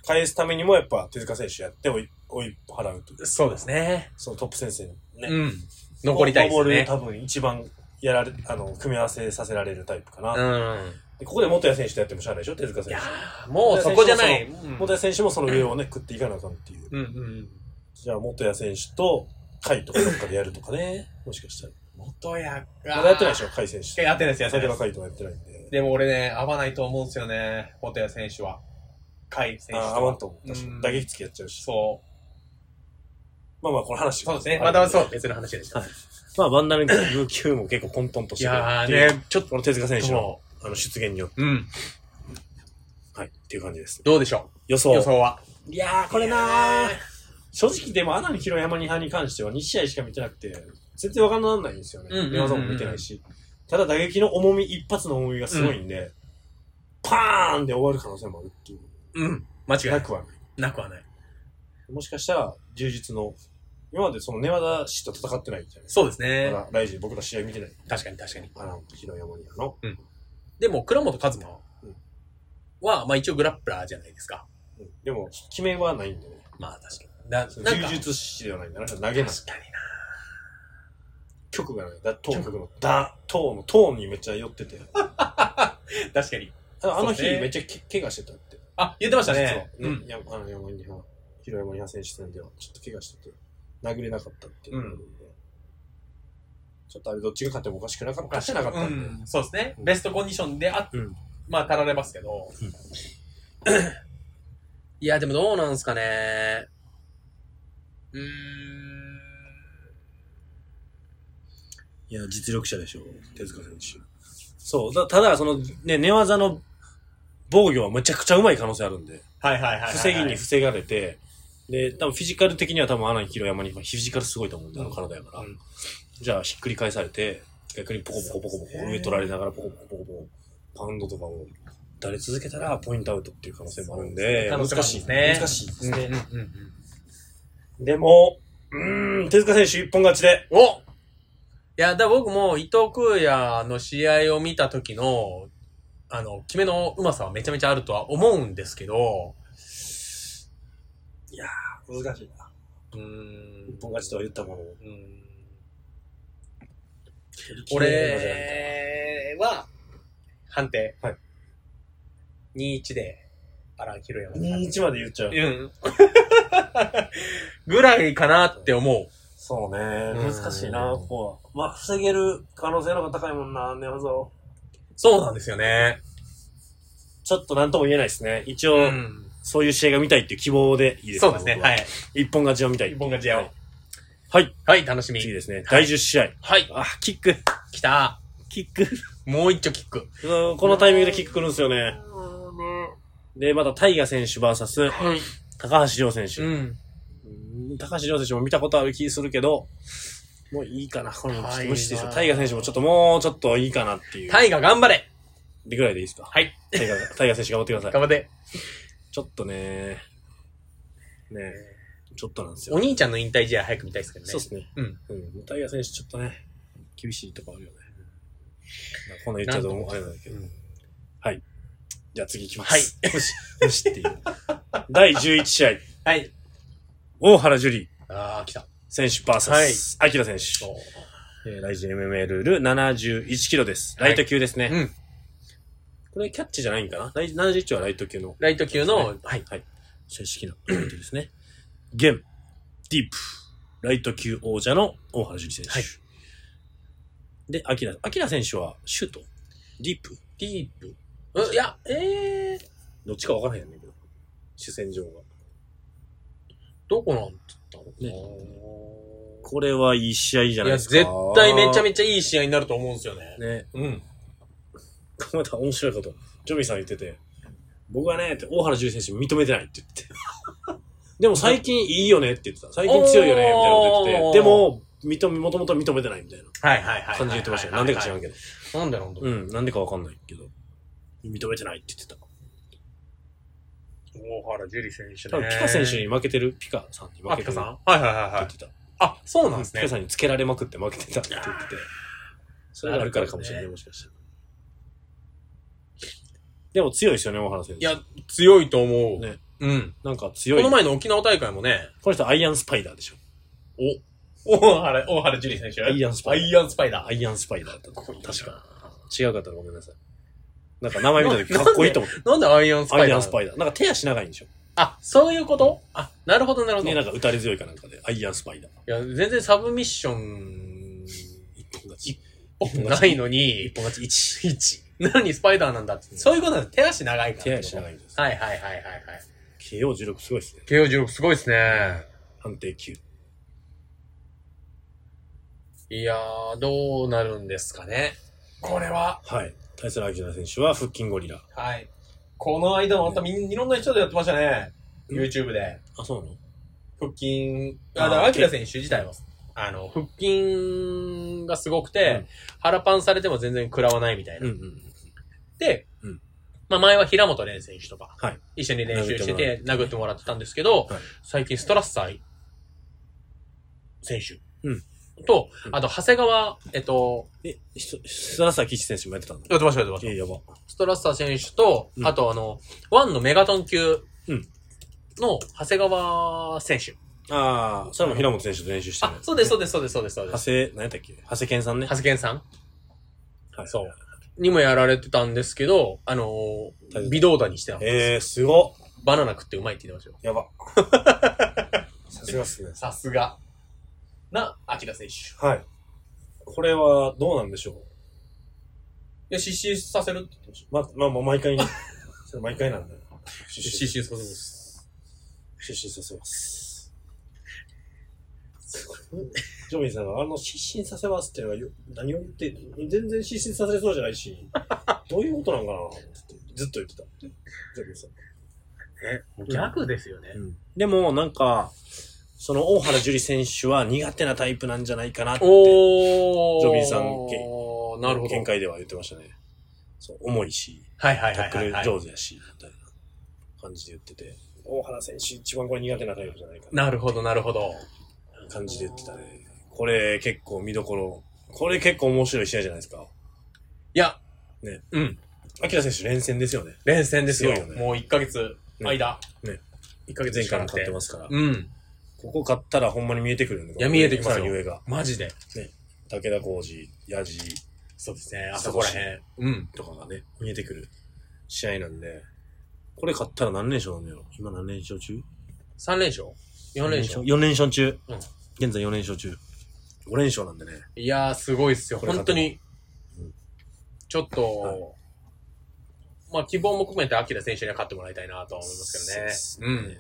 返すためにもやっぱ手塚選手やって追い、追い払うという。そうですね。そのトップ先生のね。うん。残りたいでボすールね。多分一番やられ、あの、組み合わせさせられるタイプかな。うん。でここで元谷選手とやってもしゃあないでしょ、手塚い選や手。ーもうそこじゃない。元谷選手もその上をね、食っていかなあかんっていう。うんうん。じゃあ、元谷選手と、甲斐とかどっかでやるとかね。もしかしたら。元谷が。まだやってないでしょ、甲斐選い手。ややってないです、やって最な低はいで甲斐す。とかやってないんで。でも俺ね、合わないと思うんですよね。元谷選手は。甲斐選手ああ、合わんと思ったしうん。打撃付きやっちゃうし。そう。まあまあ、この話。そうですね。またそう、別の話でした。はいまあ、バンダム級も結構混沌としてるっていう。ちょっこの手塚選手のもあの出現によって、う、うん。はい、っていう感じです。どうでしょ予う想。予想は。いやー、これなー。正直でも、アナに広山に派に関しては2試合しか見てなくて、全然わかんないんですよね。うんうんうんうん寝技も見てないし。ただ打撃の重み、一発の重みがすごいんで、パーンで終わる可能性もあるっていう。うん。間違いな。ないくはない。なくはない。もしかしたら、充実の、今までその寝技師と戦ってないじゃないですそうですねか。ま。だライジ僕ら試合見てない。確かに確かに。アナ広山に派の。でも、倉本和馬うんは、まあ一応グラップラーじゃないですか。うんでも、決めはないんでね。まあ確かに。なそのなんか柔術師ではないんだな。投げない。確かにな。曲がない。だトーン曲の、だ、トーンの、トーンにめっちゃ寄ってて。確かに。ああのそ日うねめっちゃけ怪我してたって。あ、言ってました実はね。うねん。やあの山には、広山には選手戦では、ちょっと怪我してて、殴れなかったっていうのがあるんで、ちょっとあれどっちが勝ってもおかしくなかった。勝てなかったんで、うんそうですね。ベストコンディションであっうんまあ、足られますけどうん。 いや、でもどうなんすかね。うーん。いや、実力者でしょう、手塚選手。そう。だただ、その、ね、寝技の防御はむちゃくちゃうまい可能性あるんで、はいはいはいはい。防ぎに防がれて、で、多分フィジカル的には多分穴井広山にはフィジカルすごいと思うんだよ、あの体やから。うんじゃあ、ひっくり返されて、逆にポコポコポコポコそうですね上取られながらポコポコポコポコ、パウンドとかを打たれ続けたらポイントアウトっていう可能性もあるんで、そうですね難しい。可能性もあるんですね難しいですうんうんね。うんうん。でも、うーん、手塚選手一本勝ちで、おや、だから僕も伊藤空也の試合を見た時の、あの、決めのうまさはめちゃめちゃあるとは思うんですけど、難しいな。うーん。一本勝ちとは言ったものの。うん俺、俺は、判定。はい2-1で、アラン・ヒロヤマに勝つ2-1まで言っちゃう。うん。ぐらいかなって思う。そうね。うん難しいな、ここは。まあ、防げる可能性の方が高いもんな、寝技を。そうなんですよね。ちょっとなんとも言えないですね。一う応、ん。そういう試合が見たいっていう希望でいいです。そうですね。はいい。一本勝ちを見たい。一本勝ちを。はい。はい、楽しみ。次ですね。第10試合。はい。あ、キック。来た。キック。もう一丁キック。うんこのタイミングでキック来るんですよね。で、またタイガ選手 VS はい。高橋亮選う手。ん。うん高橋亮選手も見たことある気するけど、もういいかな。これもちょっと無視でしょ。タタイイガガ選手もちょっともうちょっといいかなっていう。タイガ頑張れでぐらいでいいですか。はい。タイガ、 タイガ選手頑張ってください。頑張って。ちょっとね、ね、ちょっとなんですよ。お兄ちゃんの引退試合早く見たいですけどね。そうですね。うん。うん。タイガ選手ちょっとね、厳しいとこあるよね。まあこんな言っちゃうと思われないけど。うんじゃあ次行きます。はい。よし、よしっていう。 第11試合、はい。大原樹里ああ、来た。選手 VS、はいアキラ選手。えー、ライジ MMA ルール71キロです。ライト級ですね。うん。これキャッチじゃないんかなライ ?71 はライト級のライト級の、はい。正式なライト級ですね。現、ディープ、ライト級王者の大原樹里選手。はいで、アキラ、アキラ選手はシュートディープディープ。うん、いや、ええー、どっちか分からへんねんけど。主戦場が。どこなんつったのかなねこれはいい試合じゃないいや、ですか。絶対めちゃめめちゃいい試合になると思うんですよね。ね。うん。また面白いこと、ジョビーさん言ってて、僕はね、って大原樹里選手認めてないって言って。 でも最近いいよねって言ってた。最近強いよね、みたいなこと言っておーて。でも、認め、もともと認めてないみたいなはいはいはいはいはいはい。感じで言ってましたよ。なんでか知らんけけど。ど。なんでなんだうろう。ん、なんでかわかんないけど。認めてないって言ってた。大原樹里選手多分、ピカ選手に負けてる、ピカさんに負あ、けピてカる。さんってはいはいはいは言っい。てた。あ、そうなんですピねカ。さんにつけられまくって負けてたって言ってて。それがあるからかもしれない、なるほどねもしかしたら。でも強いですよね、大原選手。いや、強いと思う。ねうん。なんか強こい。のこ前の沖縄大会もね、の人、アイアンスパイダーでしょ。お、大原、大原樹里選手アイアンスパアイダーイアンスパイダー。アイアンスパイダーだった。こいい確なか。違うかったらごめんなさい。なんか名前見た時かっこいいと思って。なんでアイアンスパアイダーイアンスパイダー。なんか手足長いんでしょ。あ、そういうことあ、なるほどなるほど。ね、いなんか打たれ強いかなんかで。アイアンスパイダー。や、全然サブミッション、一本勝ち。ないのに一、本勝ち1。一何スパイダーなんだって。そういうことなんだ。手足長いから。手足長いんです。はいはいはいはいはい。 KO16 すごいですね。 KO16 すごいですね。判定9。いやー、どうなるんですかね。これは。はい。対するアキラ選手は腹筋ゴリラ。はい。この間もまたみん、いろんな人でやってましたね。うん YouTube で。あ、そうなの腹筋、あーあ、だから、アキラ選手自体は、あの、腹筋がすごくて、うん腹パンされても全然食らわないみたいな。うんうん。で、うんまあ前は平本蓮選手とか、はい一緒に練習してて殴殴っっててもらってたんですけど、はい最近ストラッサー選手、うんとう、んあと長谷川、えっと、え、ひと、スラサキチ選手もやってたんだ。やってました、やってまえ、やば。ストラッサー選手と、うんあとあの、ワンのメガトン級うんの長谷川選手。ああ、それも平本選手と練習してるあ、そうです、そううです、そうです、そうです、そうで長す。谷、何やったっけ長谷健さんね。長谷健さんはい。そう。にもやられてたんですけど、あのー、微動だにしてなかったですえー、すごっ。バナナ食ってうまいって言ってましたよ。やば。 さすがっすね。さすが。な、秋田選手。はい。これはどうなんでしょういや、失神させるって言ってましま、まあ、もう毎 回ね、それ毎回なんだ よ。た。失神神させます。失神させます。ジョビーさんが、あの、失神させますってのはよ何を言って、全然失神させそうじゃないし、どういうことなんかなってずっと言ってた。ジョビーさん。え、ギャグですよね。でも、なんか、その大原樹里選手は苦手なタイプなんじゃないかなって、おー。ジョビーさんんなるほど。見解では言ってましたね。そう、重いし。はいはいタはッいクはいルはい。上手やし、みたいな感じで言ってて、大原選手一番これ苦手なタイプじゃないかな、なるほど、なるほど。感じで言ってたね。これ結構見どころこれ結構面白い試合じゃないですか。いや、ね。うん。アキラ選手連戦ですよね。連戦ですよ。強いよねもう1ヶ月間。 1ヶ月前から勝ってますから。うん。ここ勝ったらほんまに見えてくるよね。いや見えてきますよさらに上が。マジで。武田浩二、矢地そうですね。あそこら辺。うん。とかがね、見えてくる試合なんで、これ勝ったら何連勝なんだよ。今何連勝中3連勝 ?4 連勝 ?4 連勝中。うん現在4連勝中。5連勝なんでね。いやー、すごいっすよ。これ本当にうん、ちょっと、はいまあ、希望も込めて、アキラ選手には勝ってもらいたいなとは思いますけどそうね。ですね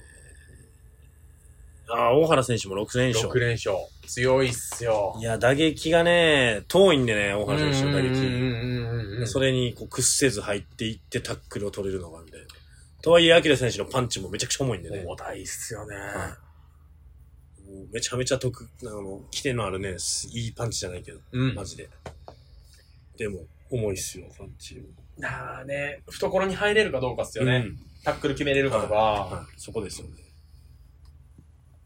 ああ、大原選手も6連うん。6勝。連勝。強いっすよい。や、打撃がね、遠いんでね、大原選手の打撃。うんうんうんうんうんそれにこう屈せず入っていってタックルを取れるのが、みたいな。とはいえ、アキラ選手のパンチもめちゃくちゃ重いんでね。重たいっすよね。もうめちゃめちゃ得、あの、キテのあるね、すいいパンチじゃないけど、うんマジで。でも、重いっすよ、パンチ。なあね、懐に入れるかどうかっすよね。うんタックル決めれるかとか。はい、そこですよね。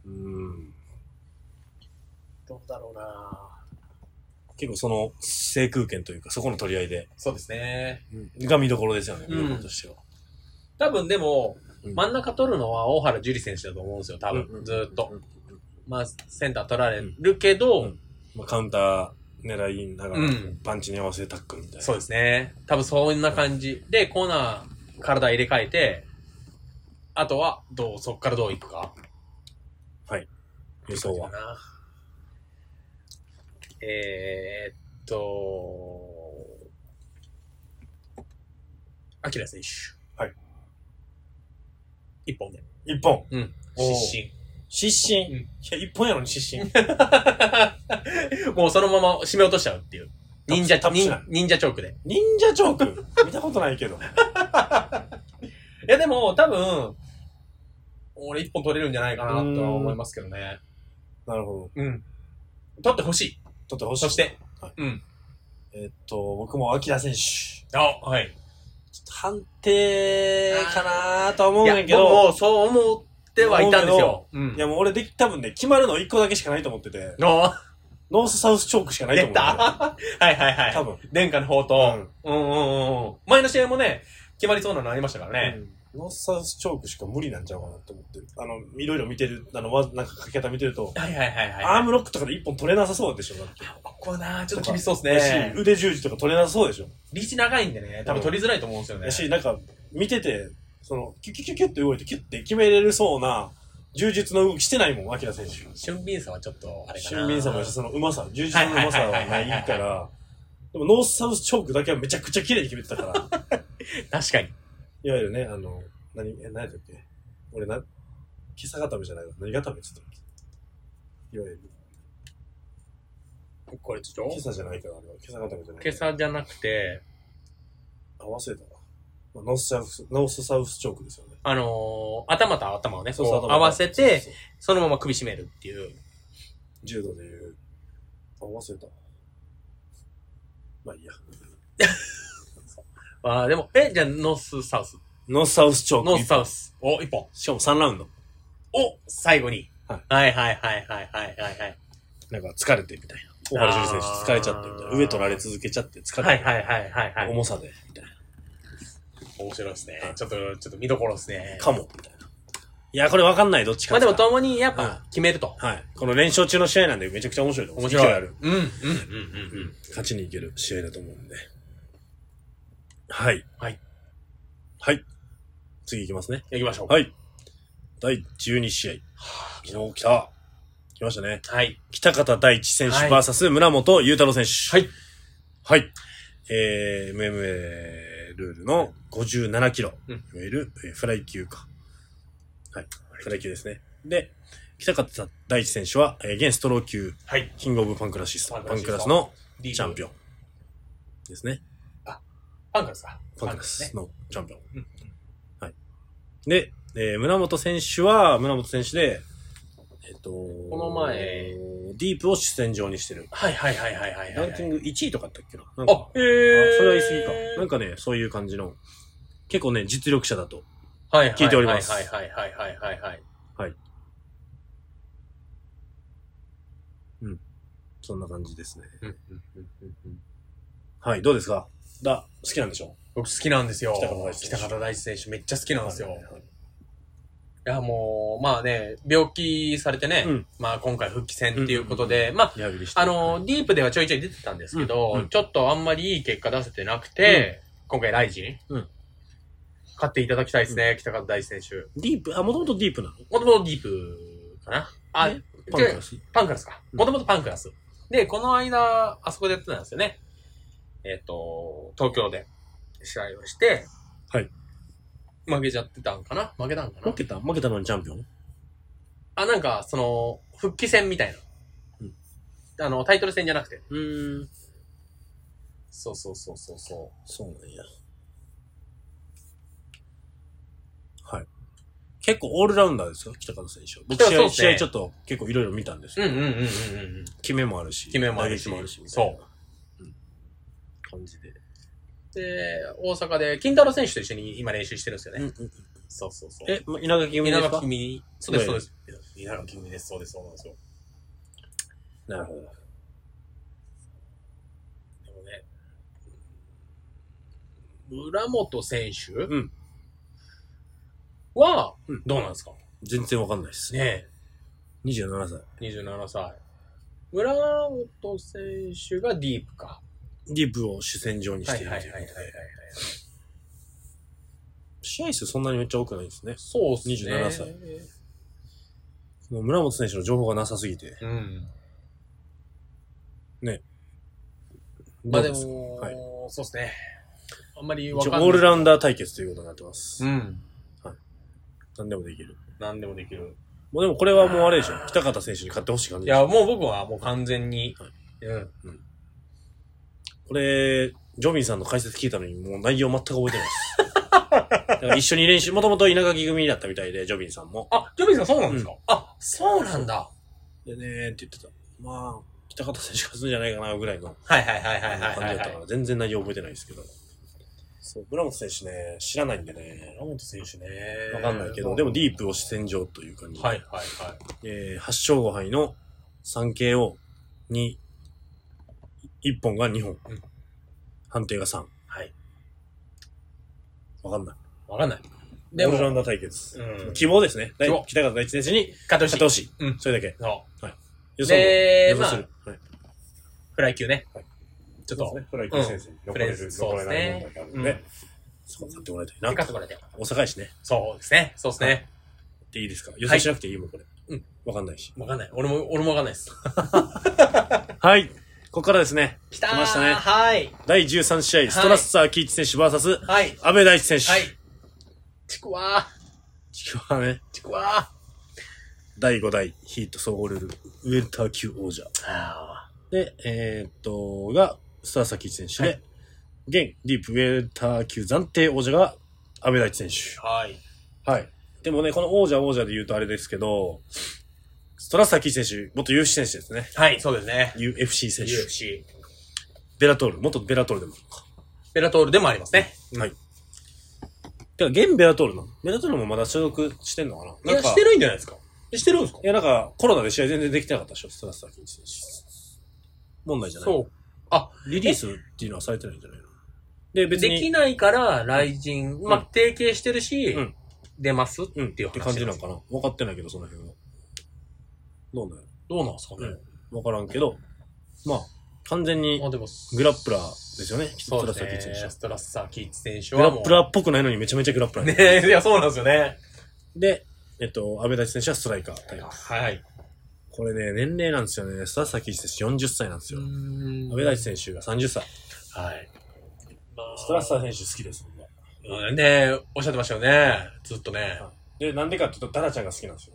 うん。どうだろうな結構その、制空権というか、そこの取り合いで、そうですね。が見どころですよね、う見んどころとしては。多分でも、うん真ん中取るのは大原樹里選手だと思うんですよ、多分。ずーっと。。まあ、センター取られるけど、うんまあ、カウンター狙いながらうん、パンチに合わせてタックルみたいな。そうですね。多分そんな感じ。で、コーナー、体入れ替えて、あとは、どう、そっからどういくか。予想は。な。えー、っと、アキラ選手。はい。一本で。一本おー失神。失神、うんいや、一本やのに失神。 もうそのまま締め落としちゃうっていう。忍者、タップしない忍忍者チョークで。 忍者チョーク見たことないけど。いやでも、多分、俺一本取れるんじゃないかなとは思いますけどね。なるほど。うん。取ってほしい。取ってほしい。そして、はいうん。えっと、僕も、アキラ選手。ちあ、はい。ょっと判定かなとは思うねんけいや僕ど。もそう思ってはいたんですよ。うんいや、もう俺でき、多分ね、決まるの一個だけしかないと思ってて、のノースサウスチョークしかないと出思う、た はいはいは多い。分。殿下の宝刀。うんうんうんうん。前の試合もね、決まりそうなのありましたからね。うんノースサウスチョークしか無理なんちゃうかなと思ってる。あの、いろいろ見てる、あの、わなんか書き方見てると、はいはいはいはい。アームロックとかで一本取れなさそうでしょ、だって。ここはな、ちょっと厳しそうですねやし。腕十字とか取れなさそうでしょ。リーチ長いんでね、多分取りづらいと思うんですよねや。し、なんか、見てて、その、キュキュキュキュって動いて、キュって決めれるそうな、充実の動きしてないもん、アキラ選手。俊敏さはちょっと、あれかな。俊敏さもやし、そのうまさ、充実のうまさはないかはいはいはいはいら、でもノースサウスチョークだけはめちゃくちゃ綺麗に決めてたから、確かに。いわゆるね、あの、何、え、何だっけ俺な、今朝固めじゃないの何固めって言ったっけいわゆる、これちょっ今と、朝じゃないから、あれは今朝固めじゃない。今朝じゃなくて、あ、忘れたわ。まあノースサウス、ノースサウスチョークですよね。あのー、頭と頭をね、そうそうこう頭合わせてそ、うそうそのまま首絞めるっていう。柔道でいう、あ、忘れたわ。まあいいや。あーでも、え、じゃあ、ノースサウス。ノースサウスチョーク。ノースサウス。お、一本。しかも3ラウンド。お、最後に。ははいはいはいはいはいはいはい。なんか疲れてみたいな。小原樹里選手疲れちゃってみたいあな。ー上取られ続けちゃって疲れて。はいはいはいはいはい。重さで、みたいな。面白いですね。ちょっと、ちょっと見どころですね。かも、みたいな。いや、これわかんない、どっちかまあでも、と共にやっはぱ決めると。はい。この連勝中の試合なんでめちゃくちゃ面白いと思う。面白勢い。ある。うん、うん、ううん、うんん。。勝ちにいける試合だと思うんで。はい。はい。はい。次いきますね。行きましょう。はい。第12試合。昨日来た。来ましたね。はい。北方大地選手はい VS 村本裕太郎選手。はい。はい。えー、MMA ルールの57キロ。うんいわゆる、えーフライ級か。はい。フライ級ですね。で、北方大地選手は、えー、現ストロー級、はい。キングオブパンクラシスト、パパンンククララシスストのリチャンピオンですね。パンクラスか。パンクラですスね。のチャンピオン。うんで、えー、村本選手は、村本選手で、えっ、とこの前、ディープを主戦場にしてる。はいはいはいはいはいはラい。ンキング1位とかだったっけななんかあ、えー。あそれは言い過ぎか。なんか、かね、そういう感じの、結構ね、実力者だと。はいは聞いておりますはいはいはいはいはいはい。はい。うん。そんな感じですね。うんうんうんうんうんはい、どうですかだ、好きなんでしょ僕好きなんですよ。北方大地選手北方大地選手めっちゃ好きなんですよ。はいいはいはいや、もう、まあね、病気されてね、うんまあ今回復帰戦っていうことで、まあ、リハビリして。あの、ディープではちょいちょい出てたんですけど、うんうんちょっとあんまりいい結果出せてなくて、今回ライジン、うん勝っていただきたいですね、北方大地選手。ディープ、あ、もともとディープなのもともとディープかなあ、ねパンク違うラス。パンクラスか。うんもともとパンクラス。で、この間、あそこでやってたんですよね。えっ、と、東京で試合をして、はい。負けちゃってたんかな負けたんか負なけた負けたのにチャンピオンあ、なんか、その、復帰戦みたいな。うんあの、タイトル戦じゃなくて。うん。そうそうそうそうそう。そうなんや。はい。結構オールラウンダーですか北方選手は。僕北試方合、そうですね試合ちょっと結構いろいろ見たんですうよ。んうんうんうんうん。決めもあるし。決めもあるし打撃もあるしみたいな。うん。感じで。で、大阪で、金太郎選手と一緒に今練習してるんですよね。うんそうそうそう。え、ま稲垣組で稲す垣か君。そうです、そうです。い稲垣君です、そうです、そうなんですよ。なるほど。でもね、村本選手うんはうん、どうなんですか、全然わかんないです。ね27歳。え、27歳。村本選手がディープか。ディープを主戦場にしているとはいいうはいはいことはいはいで。試合数そんなにめっちゃ多くないですね。そうっすね。 27歳。もう村本選手の情報がなさすぎて。うん。まどうあですかも、はいそうですね。あんまりわ一か応んない。オールラウンダー対決ということになってます。うん。何でもできる。何でもできる。もうでもこれはもうあれでしょ。北方選手に勝ってほしい感じいでしょ。や、もう僕はもう完全に、はいうん。これ、ジョビンさんの解説聞いたのにもう内容全く覚えてないです。 だから一緒に練習、もともと稲垣組だったみたいで、ジョビンさんも。あ、ジョビーさんそうなんですか、あ、そうなんだ。でねーって言ってた。まあ、北方選手勝つんじゃないかなぐらいのはいはいはいは感いじだはいったはい、から、全然内容覚えてないですけど。そう、村本選手ね、知らないんでね。ラモント選手ね。わかんないけど、でもディープを主戦場という感じで。はいはいはい。えー、8勝5敗の 3KO に、1本が2本。うん判定が3。はい。わかんない。わかんない。ででも、オールラウも、ンダー対決。うん希望ですね。希大望北方大地選手に勝って勝ってほしい。ほしい。うんそれだけ。そ予う。想もで予、想ますある、。はい。フライ級ね。はいちょっと、フライ級選手に残れる、うん残れない問題があるんで、そうでそこ勝ってもらいたいな。勝ってもらいたい。大阪やしね。そうですね。そうですね。でいいですか予想しなくていいもん、これ。うん。わかんないし。わかんない。俺も、俺もわかんないです。はい。ここからですね。来たー来ましたねはい。第13試合、ストラッサー・キーチ選手 VS、はい。安倍大地選手。はい。ちくわ地球はね、ー。ちくわ第5代ヒート総合ルール、ウェルター級王者。ー。あで、えー、っと、が、スターサキ選手で、は現、ディープウェルター級暫定王者が、安倍大地選手。ーはい。はい。でもね、この王者王者で言うとあれですけど、ストラサキ選手、元 UFC 選手ですね。はい、そうですね。 UFC 選手。 UFC。ベラトール、元ベラトールでもあるのか。ベラトールでもありますね。はい。てか、現ベラトールなのベラトールもまだ所属してんのかいななや、んかしてるんじゃないですか。してるんですかいや、なんか、コロナで試合全然できてなかったでしょ、ストラスター禁止選手。問題じゃない。そう。あ、リリースっていうのはされてないんじゃないので、別できに、ないから、雷神、まあ、提携してるし、うん出ますってうん、いう話、って感じなのかな分かってないけど、その辺は。どうなのどうなんですかね。分からんけど、まあ、完全にまあ、でも、グラップラーですよね、スそトうラでスすター禁止ね。選手ストラッサー・キーチ選手グはラもう。ップラーっぽくないのにめちゃめちゃグラップラーやね。 ねいや、そうなんですよね。で、えっと、安倍大地選手はストライカータイプ。はい。これね、年齢なんですよね。ストラスター禁止選手40歳なんですよ。安倍大地選手が30歳。手。はい。まあストラスター選手好きです、僕はうんねおっしゃってましたよね。ずっとね。で、なんでかっていうと、ダラちゃんが好きなんですよ。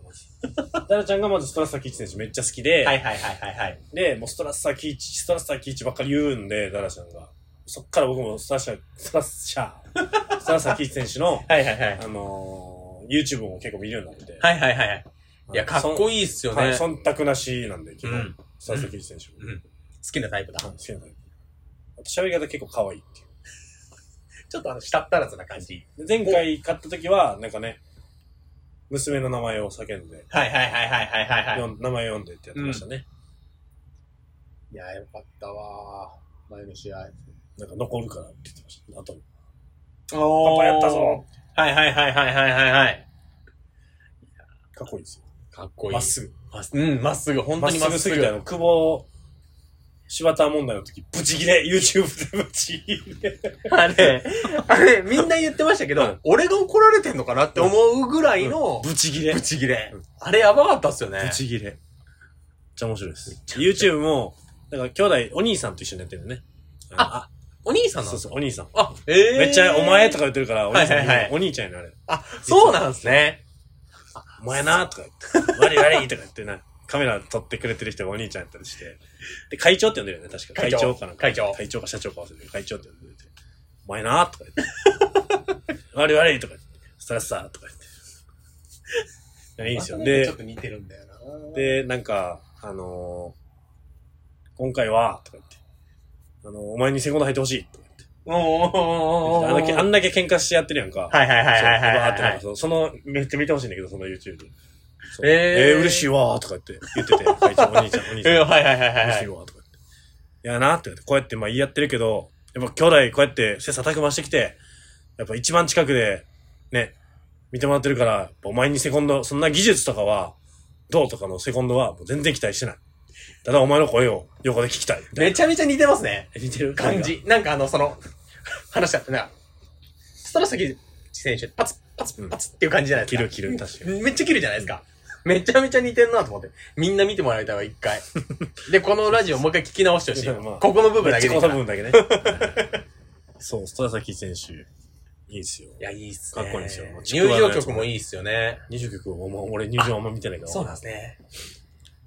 ダラちゃんがまずストラッサーキーチ選手めっちゃ好きで、はいはいはいはいはい。で、もうストラッサーキーチ、ストラッサーキーチばっかり言うんで、ダラちゃんが。そっから僕もストラッサー、ストラッサー、ストラッサーキーチ選手の、はいはいはい。あのー、YouTube も結構見るようになって。はいはいはい。いや、かっこいいいいっすよはい、ね。忖度なしなんで、基う本、ん。ストラッサーキーチ選手も。うん好きなタイプだ。はい好きなタイプ。あと喋り方結構可愛いっていうちょっとあの、したったらずな感じ。。で前回買った時は、なんかね、娘の名前を叫んで、はいはいはいはいはいはいはい。よん名前読んでってやってましたね。いや、よかったわ。前の試合。あなんか残るからって言ってました。あと、あパパやったぞはいはいはいはいはいはいはい。かっこいいですよ。かっこいい。まっすぐ。まっすぐ。うん、まっすぐ。本ま当っにすまっぐすすぎぐ。て、あの、久保、柴田問題の時、ブチギレ !YouTube でブチギレあれ、あれ、みんな言ってましたけど、うん俺が怒られてんのかなって思うぐらいの、ブチギレブチギレうん。あれやばかったっすよね。ブチギレ。めっちゃ面白いです。ちゃ YouTube も、だから兄弟、お兄さんと一緒にやってるのね。あ、お兄さんなんそうですそう、かお兄さん。あ、ええめっちゃ、お前とか言ってるから、お兄さん、はいはいはいお兄ちゃんやね、あれ。あ、そうなんですね。お前なとか言って、悪い悪いとか言ってな、 カメラ撮ってくれてる人がお兄ちゃんやったりして。で、会長って呼んでるよね、確か。会会長長かなんか。会長会長か社長か忘れてる。会長って呼んでて。お前なとか言 って。悪い悪いとか言って。ストレスさとか言って。いいんですよ。ちょでっ、と似てるんだよな。、で、なんか、あのー今回は、とか言って。あのーお前にセコンド入ってほしい。とかおーおーおーおー言ってあんだけ、あんだけ喧嘩してやってるやんか。はいはいはいはいはいそうバーってはなんかい。そうその、めっちゃ見てほしいんだけど、その YouTube。そうえーえー、嬉しいわーとか言って、言ってて、会長、お兄ちゃん、お兄ちゃんえ、。はいはいはいはい嬉はしいい。わとか言って。いやなって言って、こうやってまあ言い合ってるけど、やっぱ兄弟こうやって切磋琢磨してきて、やっぱ一番近くで、ね、見てもらってるから、やっぱお前にセコンド、そんな技術とかは、どうとかのセコンドはもう全然期待してない。ただお前の声を横で聞きたい。めちゃめちゃ似てますね。ゃ似てる感。じ。なんかあの、その、 話だったな。ストラサキ選手、パツ、パツ、パツっていう感じじゃない切でするか。切る、確かに。めっちゃ切るじゃないですか。めちゃめちゃ似てんなと思って。みんな見てもらいたいわ、一 回。で、このラジオもう一回聞き直してほしい。まあここの部分だけでいこいかのら。い部分だけね。そう、ストラサキ選手、いいですよ。や、いいっすね。かっこいいんですよ入場曲もいいっすよね。入場曲、お前俺入場あんま見てないから。そうなんですね。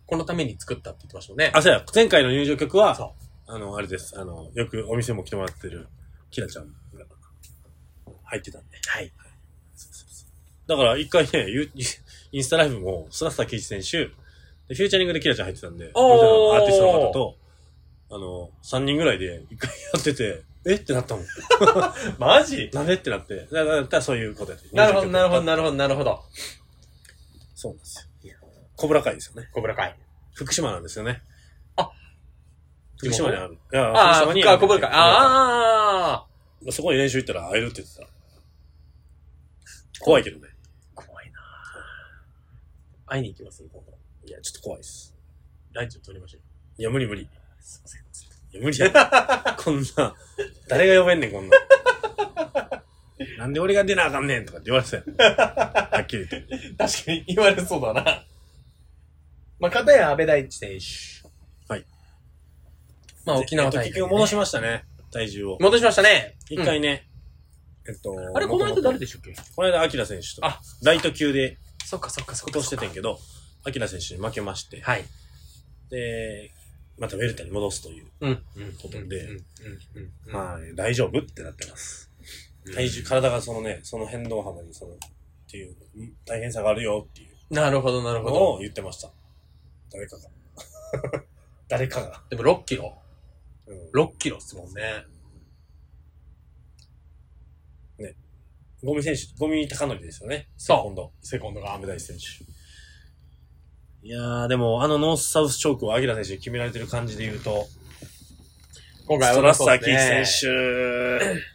このために作ったって言ってましたもんね。あ、そうや、前回の入場曲は、そあの、あれです。あの、よくお店も来てもらってる、キラちゃんが入ってたんで。はい。だから、一回ね、ユー インスタライブも、スラスタケイチ選手、でフューチャリングでキラちゃん入ってたんで、おーみたいなアーティストの方と、あの、3人ぐらいで一回やってて、えってなったもん。マジなんでってなって。だだだからそういうことやって。なるほど、なるほど、ど。なるほど、なるほど。そうなんですよ。小倉会ですよね。小倉会。福島なんですよね。あ福島にある。いやああ、福島にあ小倉会。あああ、あ。そこに練習行ったら会えるって言ってた。怖いけどね。怖いな会いに行きます今度。いや、ちょっと怖いです。ラジオ撮りましょう。いや、無理無理。いすいません。や、無理や。 こんな、誰が呼べんねん、こんな。なんで俺が出なあかんねんとかって言われてたよ。はっきり言って。確かに言われそうだな。まあ、片や安倍大地選手。はい。 まあ、沖縄えっ大と会、結ね。局戻しましたね、体重を。戻しましたね。一回うんね、えっと、あれ、この間誰でしたっけこの間、アキラ選手と、あライト級でそっかそっかそっ落かとしててんけど、アキラ選手に負けまして、はい。で、またウェルタに戻すという。うん。うん。ことでうん。うん。うん。まあ、大丈夫ってなってます。うん体重、体がそのね、その変動幅に、その、っていう、ん大変さがあるよっていうなるほど、なるほのど。を言ってました。誰かが。 誰かが。でも6キロ。うん6キロっすもんね。ね。ゴミ選手、ゴミ高則ですよね。そう今度、セコンドがアメダイ選手。いやー、でも、あのノースサウスチョークをアギラ選手に決められてる感じで言うと、今ス回トはラッそサうーでキすねー選手、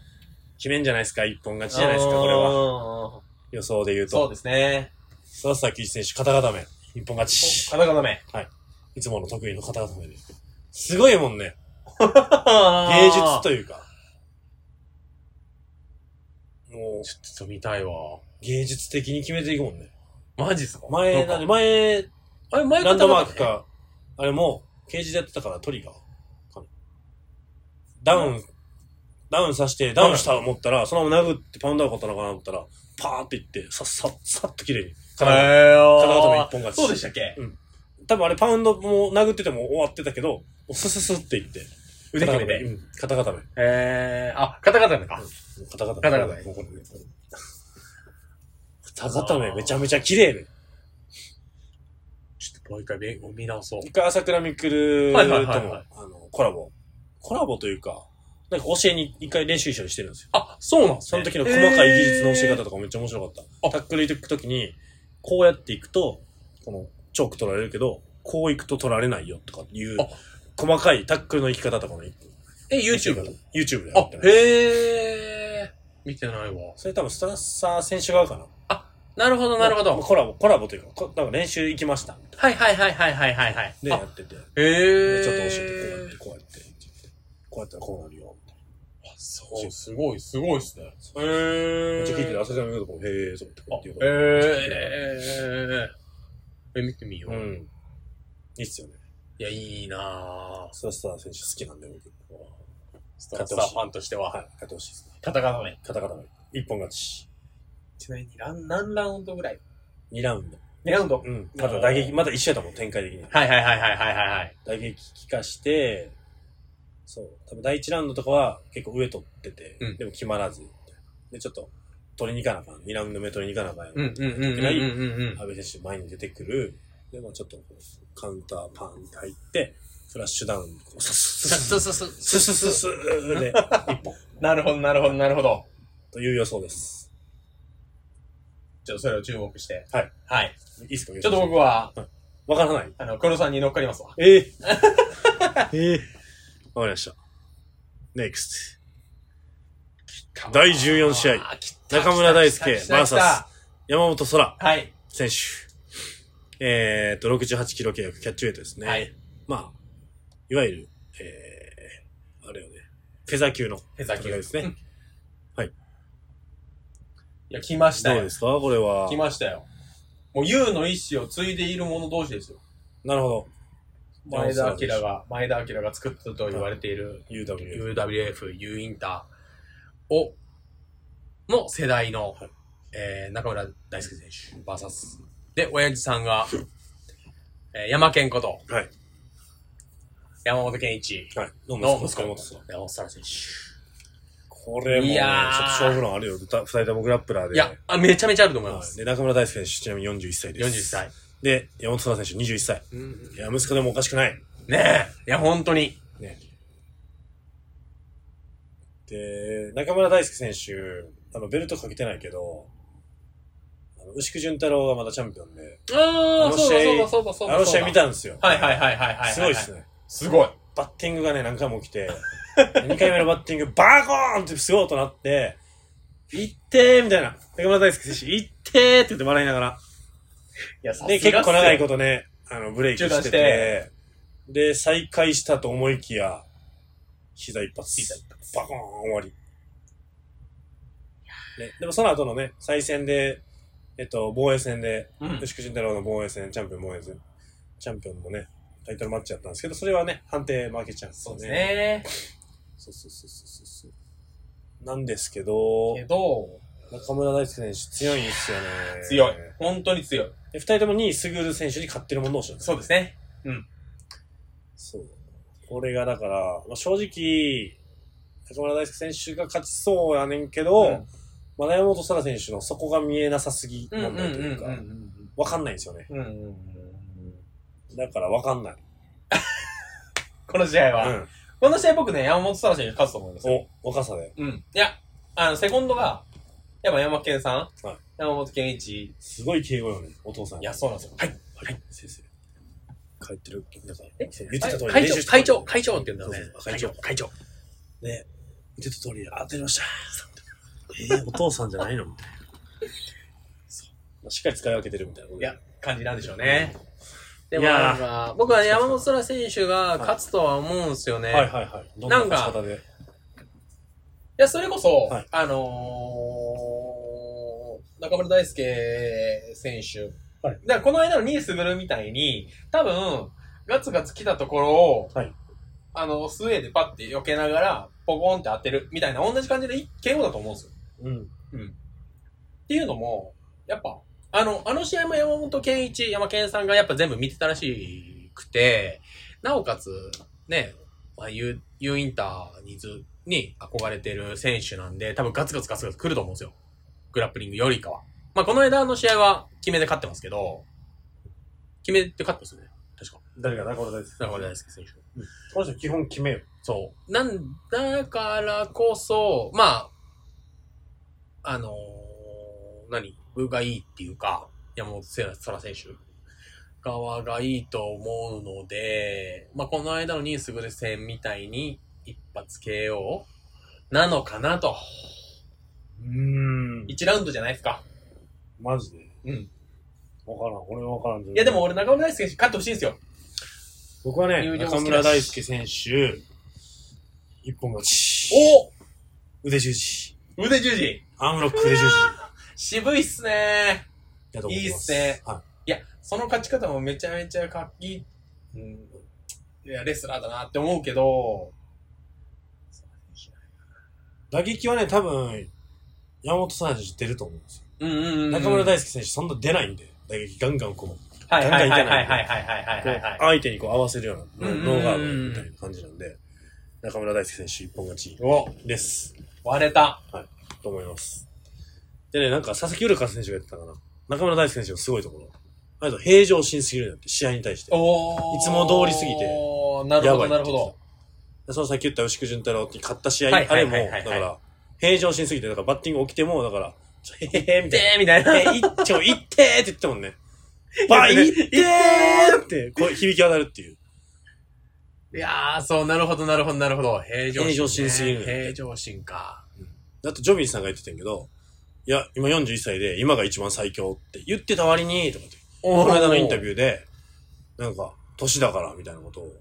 決めんじゃないですか、一本勝ちじゃないですか、これは。は。予想で言うそうと。ですね。ストラッサーキー選手、肩固め、一本勝ち。体が ダメ。いつもの得意の肩固めです。すごいもんね。芸芸術と。というか。もう、ちょっと見たいわ。芸術的に決めていくもんね。マジっすか前、ななんんかで前、あれ、前ランドマークか。か、あれも、ケージでやってたからトリガーかな。ダウン、ダウンさして、ダウンしたと思ったら、そのまま殴ってパウンダーをったのかなと思ったら、パーっていって、さっさっ、さっと綺麗に。へ体ー頭一本勝ち。そうでしたっけ多分あれパウンドも殴ってても終わってたけど、スススっていって。腕決めて。うん。肩固め。えー、あ、肩肩か。肩固め。肩固めもうこれね肩固めめちゃめちゃ綺麗ね。ちょっともう一回見見直そう。一回朝倉未来はいとはいも、はいはいあの、コラボ。コラボというか、なんか教えに一回練習一緒にしてるんですよ。あ、そうなんその時の細かい技術の教え方とかめっちゃ面白かっえーた。タックル行く時に、こうやっていくと、このチョーク取られるけど、こう行くと取られないよとかいうあ細かいタックルの行き方とかのえ、YouTube? YouTube でやあって、るへえ。見てないわ。それ多分ストラッサー選手側かな。なるほど、なるほまあど。コラボ、コラボというか、こなんか練習行きました。はいはいはいはいはいはいはい。で、やってて。へえ。ちょっと教えて、こうやって、こうやって、って言ってこうやったらこうなるよ、みたいあそう、すごい、すごいっすね。へな。めえっちゃ聞いてて、朝ちゃんの言うとこ、へえ、そうってこうっていうえか。ええ、見てみよう。ういん。いいっすよね。や、いいなぁ。ストラッサー選手好きなんで、僕。ストラッサーファンとしてはは、い、勝ってほしいですね。カタカナね。カタカタが一本勝ち。ちなみに、ラン何ラウンドぐらい2ラウンド。 ?2 ラウンドうん。まだ打撃、まだ一緒やったもん、展開的に。はいはいはいはいはいはい。打撃効かして、そう、多分第1ラウンドとかは結構上取ってて、うんでも決まらず、で、ちょっと取りに行かなあかん、2ラウンド目取りに行かなあかん、うんうんうんうんうんうん。安倍選手前に出てくる、で、まあちょっとこうカウンターパンに入って、フラッシュダウン、こう、ススススそうそうそう。ススススーで、一本、なるほどなるほどなるほど。という予想です。ちょっとそれを注目して。はい。はい。いいですかちょっと僕、は、わからない。あの、黒さんに乗っかりますわ。え えええわかりました。NEXT。第14試合あー。来た中村大輔来た来た来た VS 山本空。はい。選手。えー、っと、68キロ契約、キャッチウェイトですね。はい。まあ、いわゆる、えー、あれよね、フェザー級のフェザー級戦い ですね。うんはい。いや、来ましたどうよで。すかこれは来。ましたよ。もう、優の意志を継いでいる者同士ですよ。なるほど。前田明が。が、前田明が作ったと言われている UW。 UWF、U インターを、の世代の、えー中村大輔選手、バーサス。で、親父さんが、えー、山健こと、はい。山本健一はい。どうのも、息息子子のの山本沙羅選これもね、いちょっやーと勝負論あるよ。ふた二人ともグラップラー手。で。いや、あめちゃめちゃあると思いまはいす。で、中村大輔選手、ちなみに41歳です。 41。歳。で、山本空選手、21歳。いや、息子でもおかしくない。ねえ。いや、本当に。ね。で、中村大輔選手、あの、ベルトかけてないけど、あの牛久潤太郎がまだチャンピオンで、あああ、のそうだそう試だ合そうだそうだ。あの試合見たんですよ。はいはいはいはいはいはい。すごいです。ね。すごい。バッティングがね、何回も起きて、2回目のバッティング、バーコーンってすごい音鳴って、行ってーみたいな。中村大輔選手、行ってーって言って笑いながら。いや、さすがで、っすよ結構長いことね、あの、ブレイク中し断しててて、で、再開したと思いきや、膝一発。膝一バコーン終わり。ね、でもその後のね、再戦で、えっと、防衛戦で、うん吉久慎太郎の防衛戦、チャンピオン防衛戦、チャンピオンのね、タイトルマッチだったんですけど、それはね、判定負けちゃうんですそようね。です。ね。そうそうそうそうそう。なんですけどけ、ど、中村大輔選手強いんですよね。強い。本当に強い。で二人ともに優る選手に勝ってるもん同士なんですよそうですね。そう。これがだから、まあ、正直、中村大輔選手が勝ちそうやねんけど、うんまだ山本沙羅選手のそこが見えなさすぎうんう問んうんう題というか、わ、んかんないんですよね。うんうん。だからわかんない。この試合うは、ん。この試合僕ね、山本沙羅選手勝つと思いますよ。お、若さで。うん。いや、あの、セコンドが、やっぱ山健さん、はい山本健一。すごい敬語よね、お父さん。いや、そうなんですよ。はい。はい、先生。帰ってる、なんか、えそう言ってた通り、会練習長、してた会長、会長って言うんだよねそう。そう会長、会長。ね、言ってた通り、当てました。えー、お父さんじゃないのみたいな。そうしっかり使い分けてるみたいなこといで。や、感じなんでしょうね。でもいやーなんか、僕は山本空選手が勝つとは思うんですよね。はいいはいはい。どなんか勝ち方で。や、それこそ、はいあのー、中村大輔選手。はいだからこの間のニースグルみたいに、多分、ガツガツ来たところを、はいあの、スウェーでパッて避けながら、ポコンって当てるみたいな、同じ感じで KO だと思うんですよ。うん。っていうのも、やっぱ、あの、あの試合も山本健一、山健さんがやっぱ全部見てたらしくて、なおかつ、ね、まあ、U、U インターにず、に憧れてる選手なんで、多分ガツガツガツガツ来ると思うんですよ。グラップリングよりかは。まあ、この間の試合は、決めで勝ってますけど、決めで勝ってますよね。確か。誰が中村大輔中村大輔選手。この人基本決めよ。そう。なんだからこそ、まあ、あのー何運がいいっていうか、山本聖羅選手側がいいと思うので、まあ、この間のニースグル戦みたいに一発 KO なのかなと。うーん。 1ラウンドじゃないですか。マジで。うん。わからん。俺はわからん。いいやでも、俺中村大輔選手勝ってほしいんですよ。僕はね入、場好きだし中村大輔選手、一本勝ち。腕十字。お腕十字アームロック腕十字。渋いっすねやと思ってます。いいっすねはいや、その勝ち方もめちゃめちゃかっきい、うん、いや、レスラーだなって思うけど、い。打撃はね、多分、山本さんじ出ると思うんですよ。うんうんうん。中村輔。大輔選手そんな出ないんで、打撃ガンガンこう、はいはいはいはいはいはいはいこはうい、はい。相手にこう合わせるような、うんノーガードみたいな感じなんで、中村大輔選手一本勝ちおです。割れた。と思います。でね、なんか佐々木浦香選手が言ってたかな。中村大輔選手のすごいところ。あと平常心すぎるんだって、試合に対して。おーいつも通りすぎて。なるやほばどいなるほど。でそのさっき言った牛久潤太郎って勝った試は合、いあはれいも、はいはいだから、平常心すぎて、だからバッティング起きても、だから、へへへみたでいな。ーみたいな。え、いっちょ、いってーって言ったもんね。ば、いってーって、こう、響き渡るっていう。いやー、そう、なるほど、なるほど、なるほど。平常心、ね。平常心すぎる平常心か。だってジョビンさんが言ってたんやけど、いや、今41歳で、今が一番最強って言ってた割に、とかって、ここの間のインタュー。ビューで、なんか、年だから、みたいなことを、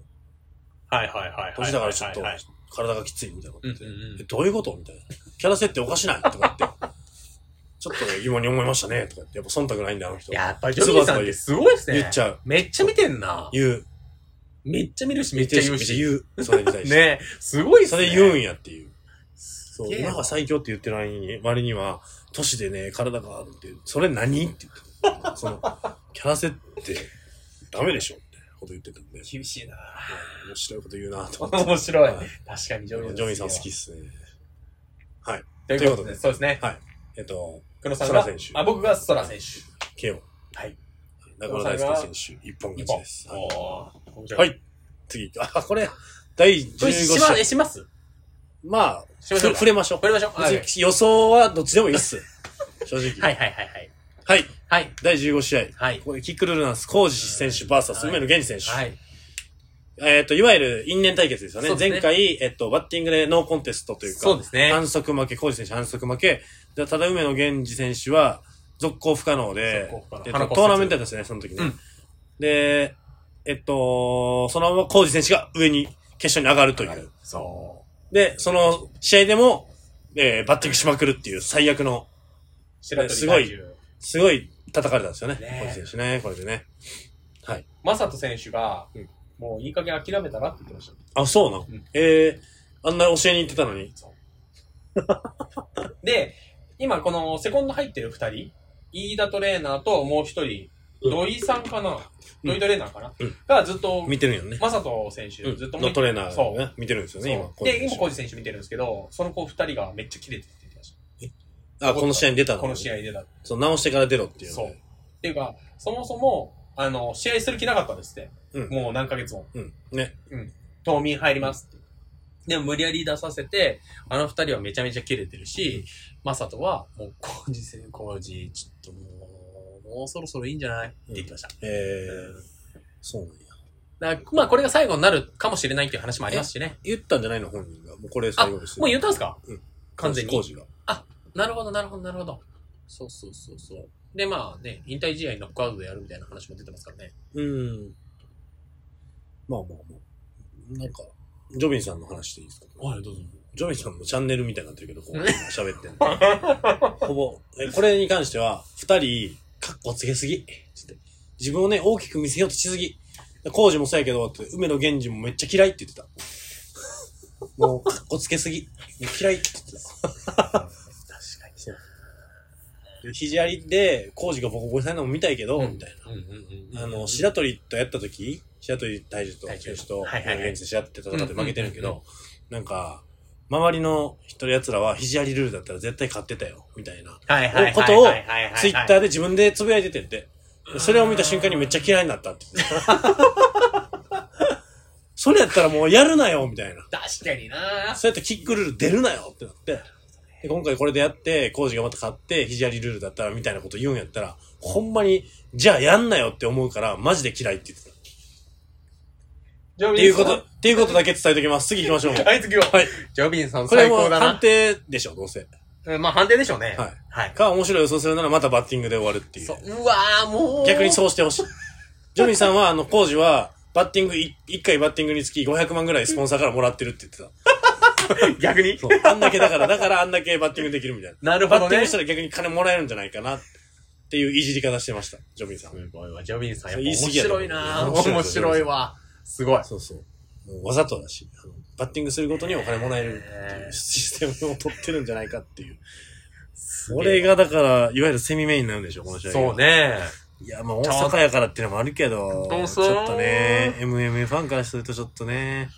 はいはいはいはいはいはい。年だからちょっとはいはい、体がきつい、みたいなこと言って、うんうんうんえどういうことみたいな。キャラ設定おかしないとか言って、 ちょっとね、疑問に思いましたね、とか言って、やっぱ忖度ないんだ、あの人。やっぱジョビーさんってすごいですね。言っちゃう。めっちゃ見てんな。言う。めっちゃ見るし、め見ってちゃるし、言めうっちゃ言う。し。それに対して。ねすごいっすそね。れ言うんやっていう。そそう今が最強って言ってる割に割には、都市でね、体があるって、それ何って言ってた。その、キャラ設定、ダメでしょってこと言ってたんで、厳しいな面白いこと言うなと 思って。面白い。はい確かにジジョビーョミンさん好きっすね。ということで、そうですね。えっと、黒さんソラが選手、あ、僕がソラ選手。 KO。はい。中村大輔選手、一本勝一ち本です。。はいおー面白はい次、あ、これ、第これ15しま試合。えしますまあ、しふましょうか触れましょう。触れましょう。はい別に予想はどっちでもいいっ す。正直。はいはいはいはい。はい。はい。第15試合。はいこ。こでキックルルナンス、コージ選手 VS 梅野源氏選手。はい。えっ、と、いわゆる因縁対決ですよね。そうですね前回、えっ、と、バッティングでノーコンテストというか、そうですね。反則負け、コージ選手反則負け、でただ梅野源氏選手は続行不可能で続行不可能、えっと鼻骨折トーナメントやったんですよね、その時ね。うんで、えっと、そのままコージ選手が上に、決勝に上がるとい上がう。そう。で、その試合でも、えーバッティングしまくるっていう最悪の、白鳥すごい大樹すごい叩かれたんですよね。ねえコージ選手ね、これでね。マサト選手がうん、もういい加減諦めたらって言ってました。あ、そうなの、うんえー、あんな教えに行ってたのに。 で、今このセコンド入ってる二人、飯田トレーナーともう一人、うん土井さんかな、うん土井トレーナーかな、うんがずっと、見てるよね。マサト選手うんずっと見のトレーナーそがね、見てるんですよう。ね、今そう。。で、今、こコージ選手見てるんですけど、その子二人がめっちゃキレてて言ってましあ、この試合に出たた。の。この試合でだっそう、直してから出ろってて。いう、ね。そう。っていうか、そもそも、あの、試合する気なかったんですって。うんもう何ヶ月も。う。うん。ね。冬眠入りますって。でも無理やり出させて、あの二人はめちゃめちゃ切れてるし、マサトは、もう、コージせ、コージ、ちょっともう、もうそろそろいいんじゃないって言ってました。えー、そうなんや。だからまあ、これが最後になるかもしれないっていう話もありますしね。言ったんじゃないの本人が。もうこれあ、最も後うです。言ったんですかうん完全工に。事が。なるほど、なるほど、なるほど。そうそうそうそう。で、まあね、引退試合ノックアウトでやるみたいな話も出てますからね。うん。まあまあまあ。なんか、ジョビンさんの話でいいですかはい、どうぞ。ジョビンさんのチャンネルみたいになってるけど、こううん喋ってんの。 ほぼ。え、これに関しては、二人、かっこつけすぎ。つって自分をね、大きく見せようとしすぎ。工事もそうやけど、って梅野源氏もめっちゃ嫌いって言ってた。もう、かっこつけすぎ。嫌いって言ってた。 確かに。で肘ありで、工事がボコボコにされるのも見たいけど、みたいな。うんうんうん。あの、白鳥とやった時、白鳥大樹と大樹選手と、はいはいはい現地で試合って戦って負けてるけうんうんど、なんか、周りの人奴らは肘ありルールだったら絶対勝ってたよ、みたいな。はいはいはいはいはいはいはい。ことをツイッターで自分でつぶやいててんて。それを見た瞬間にめっちゃ嫌いになった って言ってたそれやったらもうやるなよ、みたいな。確かになそうやってキックルール出るなよってなって。で今回これでやって、工事がまた買って、肘ありルールだったら、みたいなこと言うんやったら、ほんまに、じゃあやんなよって思うから、マジで嫌いって言ってた。ジョってビいうンさん。こと、っていうことだけ伝えておきます。次行きましょう。はい、次は。はい。ジョビンさんこれ最も高うだ判な。定でしょ、どうせ。うんまあ判定でしょうね。はい。はい。か、面白い予想するならまたバッティングで終わるっていう。そう。うわーもう。逆にう。そうしてほしい。ジョミーさんは、あの、工事は、バッティングい、一回バッティングにつき500万ぐらいスポンサーからもらってるって言ってた。 逆にそう。あんだけだから、だからあんだけバッティングできるみたいな。なるほバッどティンね。グしすたら逆に金もらえるんじゃないかなっていういじり方してました、ジョミーさん。ごいわ、ジョビンさん。やっぱ言い過面ぎやと白思ういな面白い面白いわ。すごい。そうそう。もうわざとだし、あのバッティングするごとにお金もらえるっていうシステムを取ってるんじゃないかっていう。 これがだから、いわゆるセミメインなんでしょ、この試合が。そうね。いや、まあ大阪やからっていうのもあるけど、どうちぞょっとね、MMA ファンからするとちょっとね、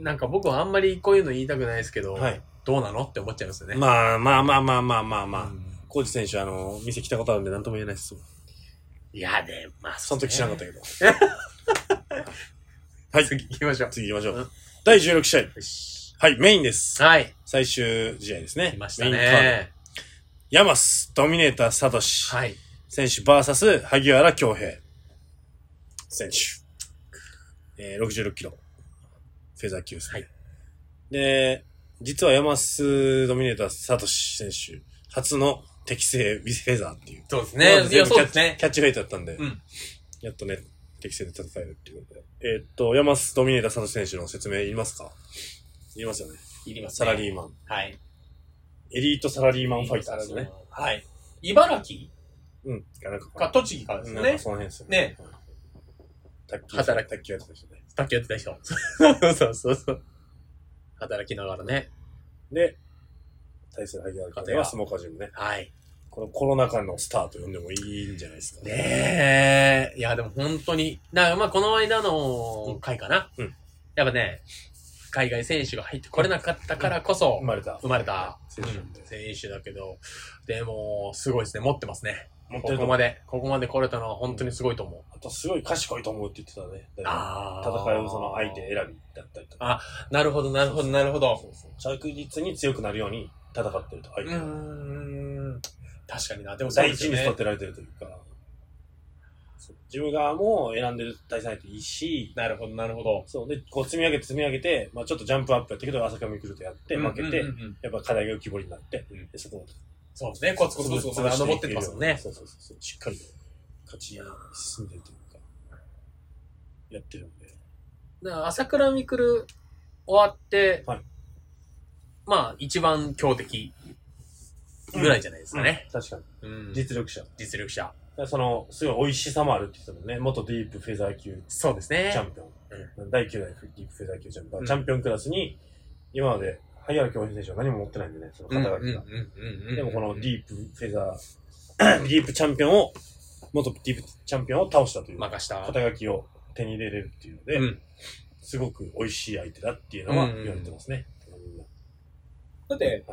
なんか僕はあんまりこういうの言いたくないですけど、はいどうなのって思っちゃいますよね。まあまあまあまあまあまあまあ、うんコーチ選手、あの、店来たことあるんで何とも言えないです。いや、で、まあ、その時知らなかったけど。は。はい い次行きましょう。次行きましょうう。第16試合。よしはい、メインです。はい。最終試合ですね。来ましたメインカード。ね。ヤマス、ドミネーター、サトシ。はい。選手 VS 萩原京平選手。えー、66キロ。フェザー級ですね。はいで、実は山須ドミネーターサトシ選手、初の適正ビフェザーっていう。そうです今まね。い全や、部そうキャッですね。キャッチフェイトだったんで、うんやっとね、適正で戦えるっていうことで。えーっと、山須ドミネーターサトシ選手の説明いりますかいりますよね。いりますね。サラリーマン。はい。エリートサラリーマンファイターですね。。はい。茨城うん。なんかこうか栃木からですなよんねか。その辺ですよね。卓球、働卓球やってた人ね。卓球やってた人。 そうそうそうそう。働きながらね。で、対する萩原片方やは相撲家人ね。はい。このコロナ禍のスターと呼んでもいいんじゃないですか。ねえ。いや、でも本当に。だからまあ、この間の回かな。うんやっぱね、海外選手が入ってこれなかったからこそ生、まれた。生まれた選手なんで選手だけど、でも、すごいですね。持ってますね。持ってるとここ思うまで、ここまで来れたのは本当にすごいと思う。あと、すごい賢いと思うって言ってたね。あー戦いをその相手選びだったりとか。なるほど、なるほど、なるほど。そうそう着実に強くなるように戦ってると。う相手がーん。確かにな。でもそう第で一すよにね育てられてるというか。そう自分側も選んでる対戦相手いいし、なるほど、なるほど。そう。で、こう積み上げて積み上げて、まあちょっとジャンプアップやったけど、朝霞ミクルとやって、負けてうんう、んうんうんやっぱ課題が浮き彫りになって、うんでそこをそうですね。コツコツコツコツ登ってってますもんね。そうそうそうそう。しっかり勝ちに進んでるというか、やってるんで。だから朝倉未来終わって、はいまあ、一番強敵ぐらいじゃないですかね。確かに。うん実力者。実力者。その、すごい美味しさもあるって言ってたもんね。元ディープフェザー級そうですチね。ャンピオン。第9代ディープフェザー級チャンピオン。チャンピオンクラスに、今まで、萩原京平選手は何も持ってないんでね、その肩書きが。でもこのデーィープフェザー、 ディープチャンピオンを、元ディープチャンピオンを倒したという、任した。肩書きを手に入れれるっていうので、うんすごく美味しい相手だっていうのは言われてますね。だって、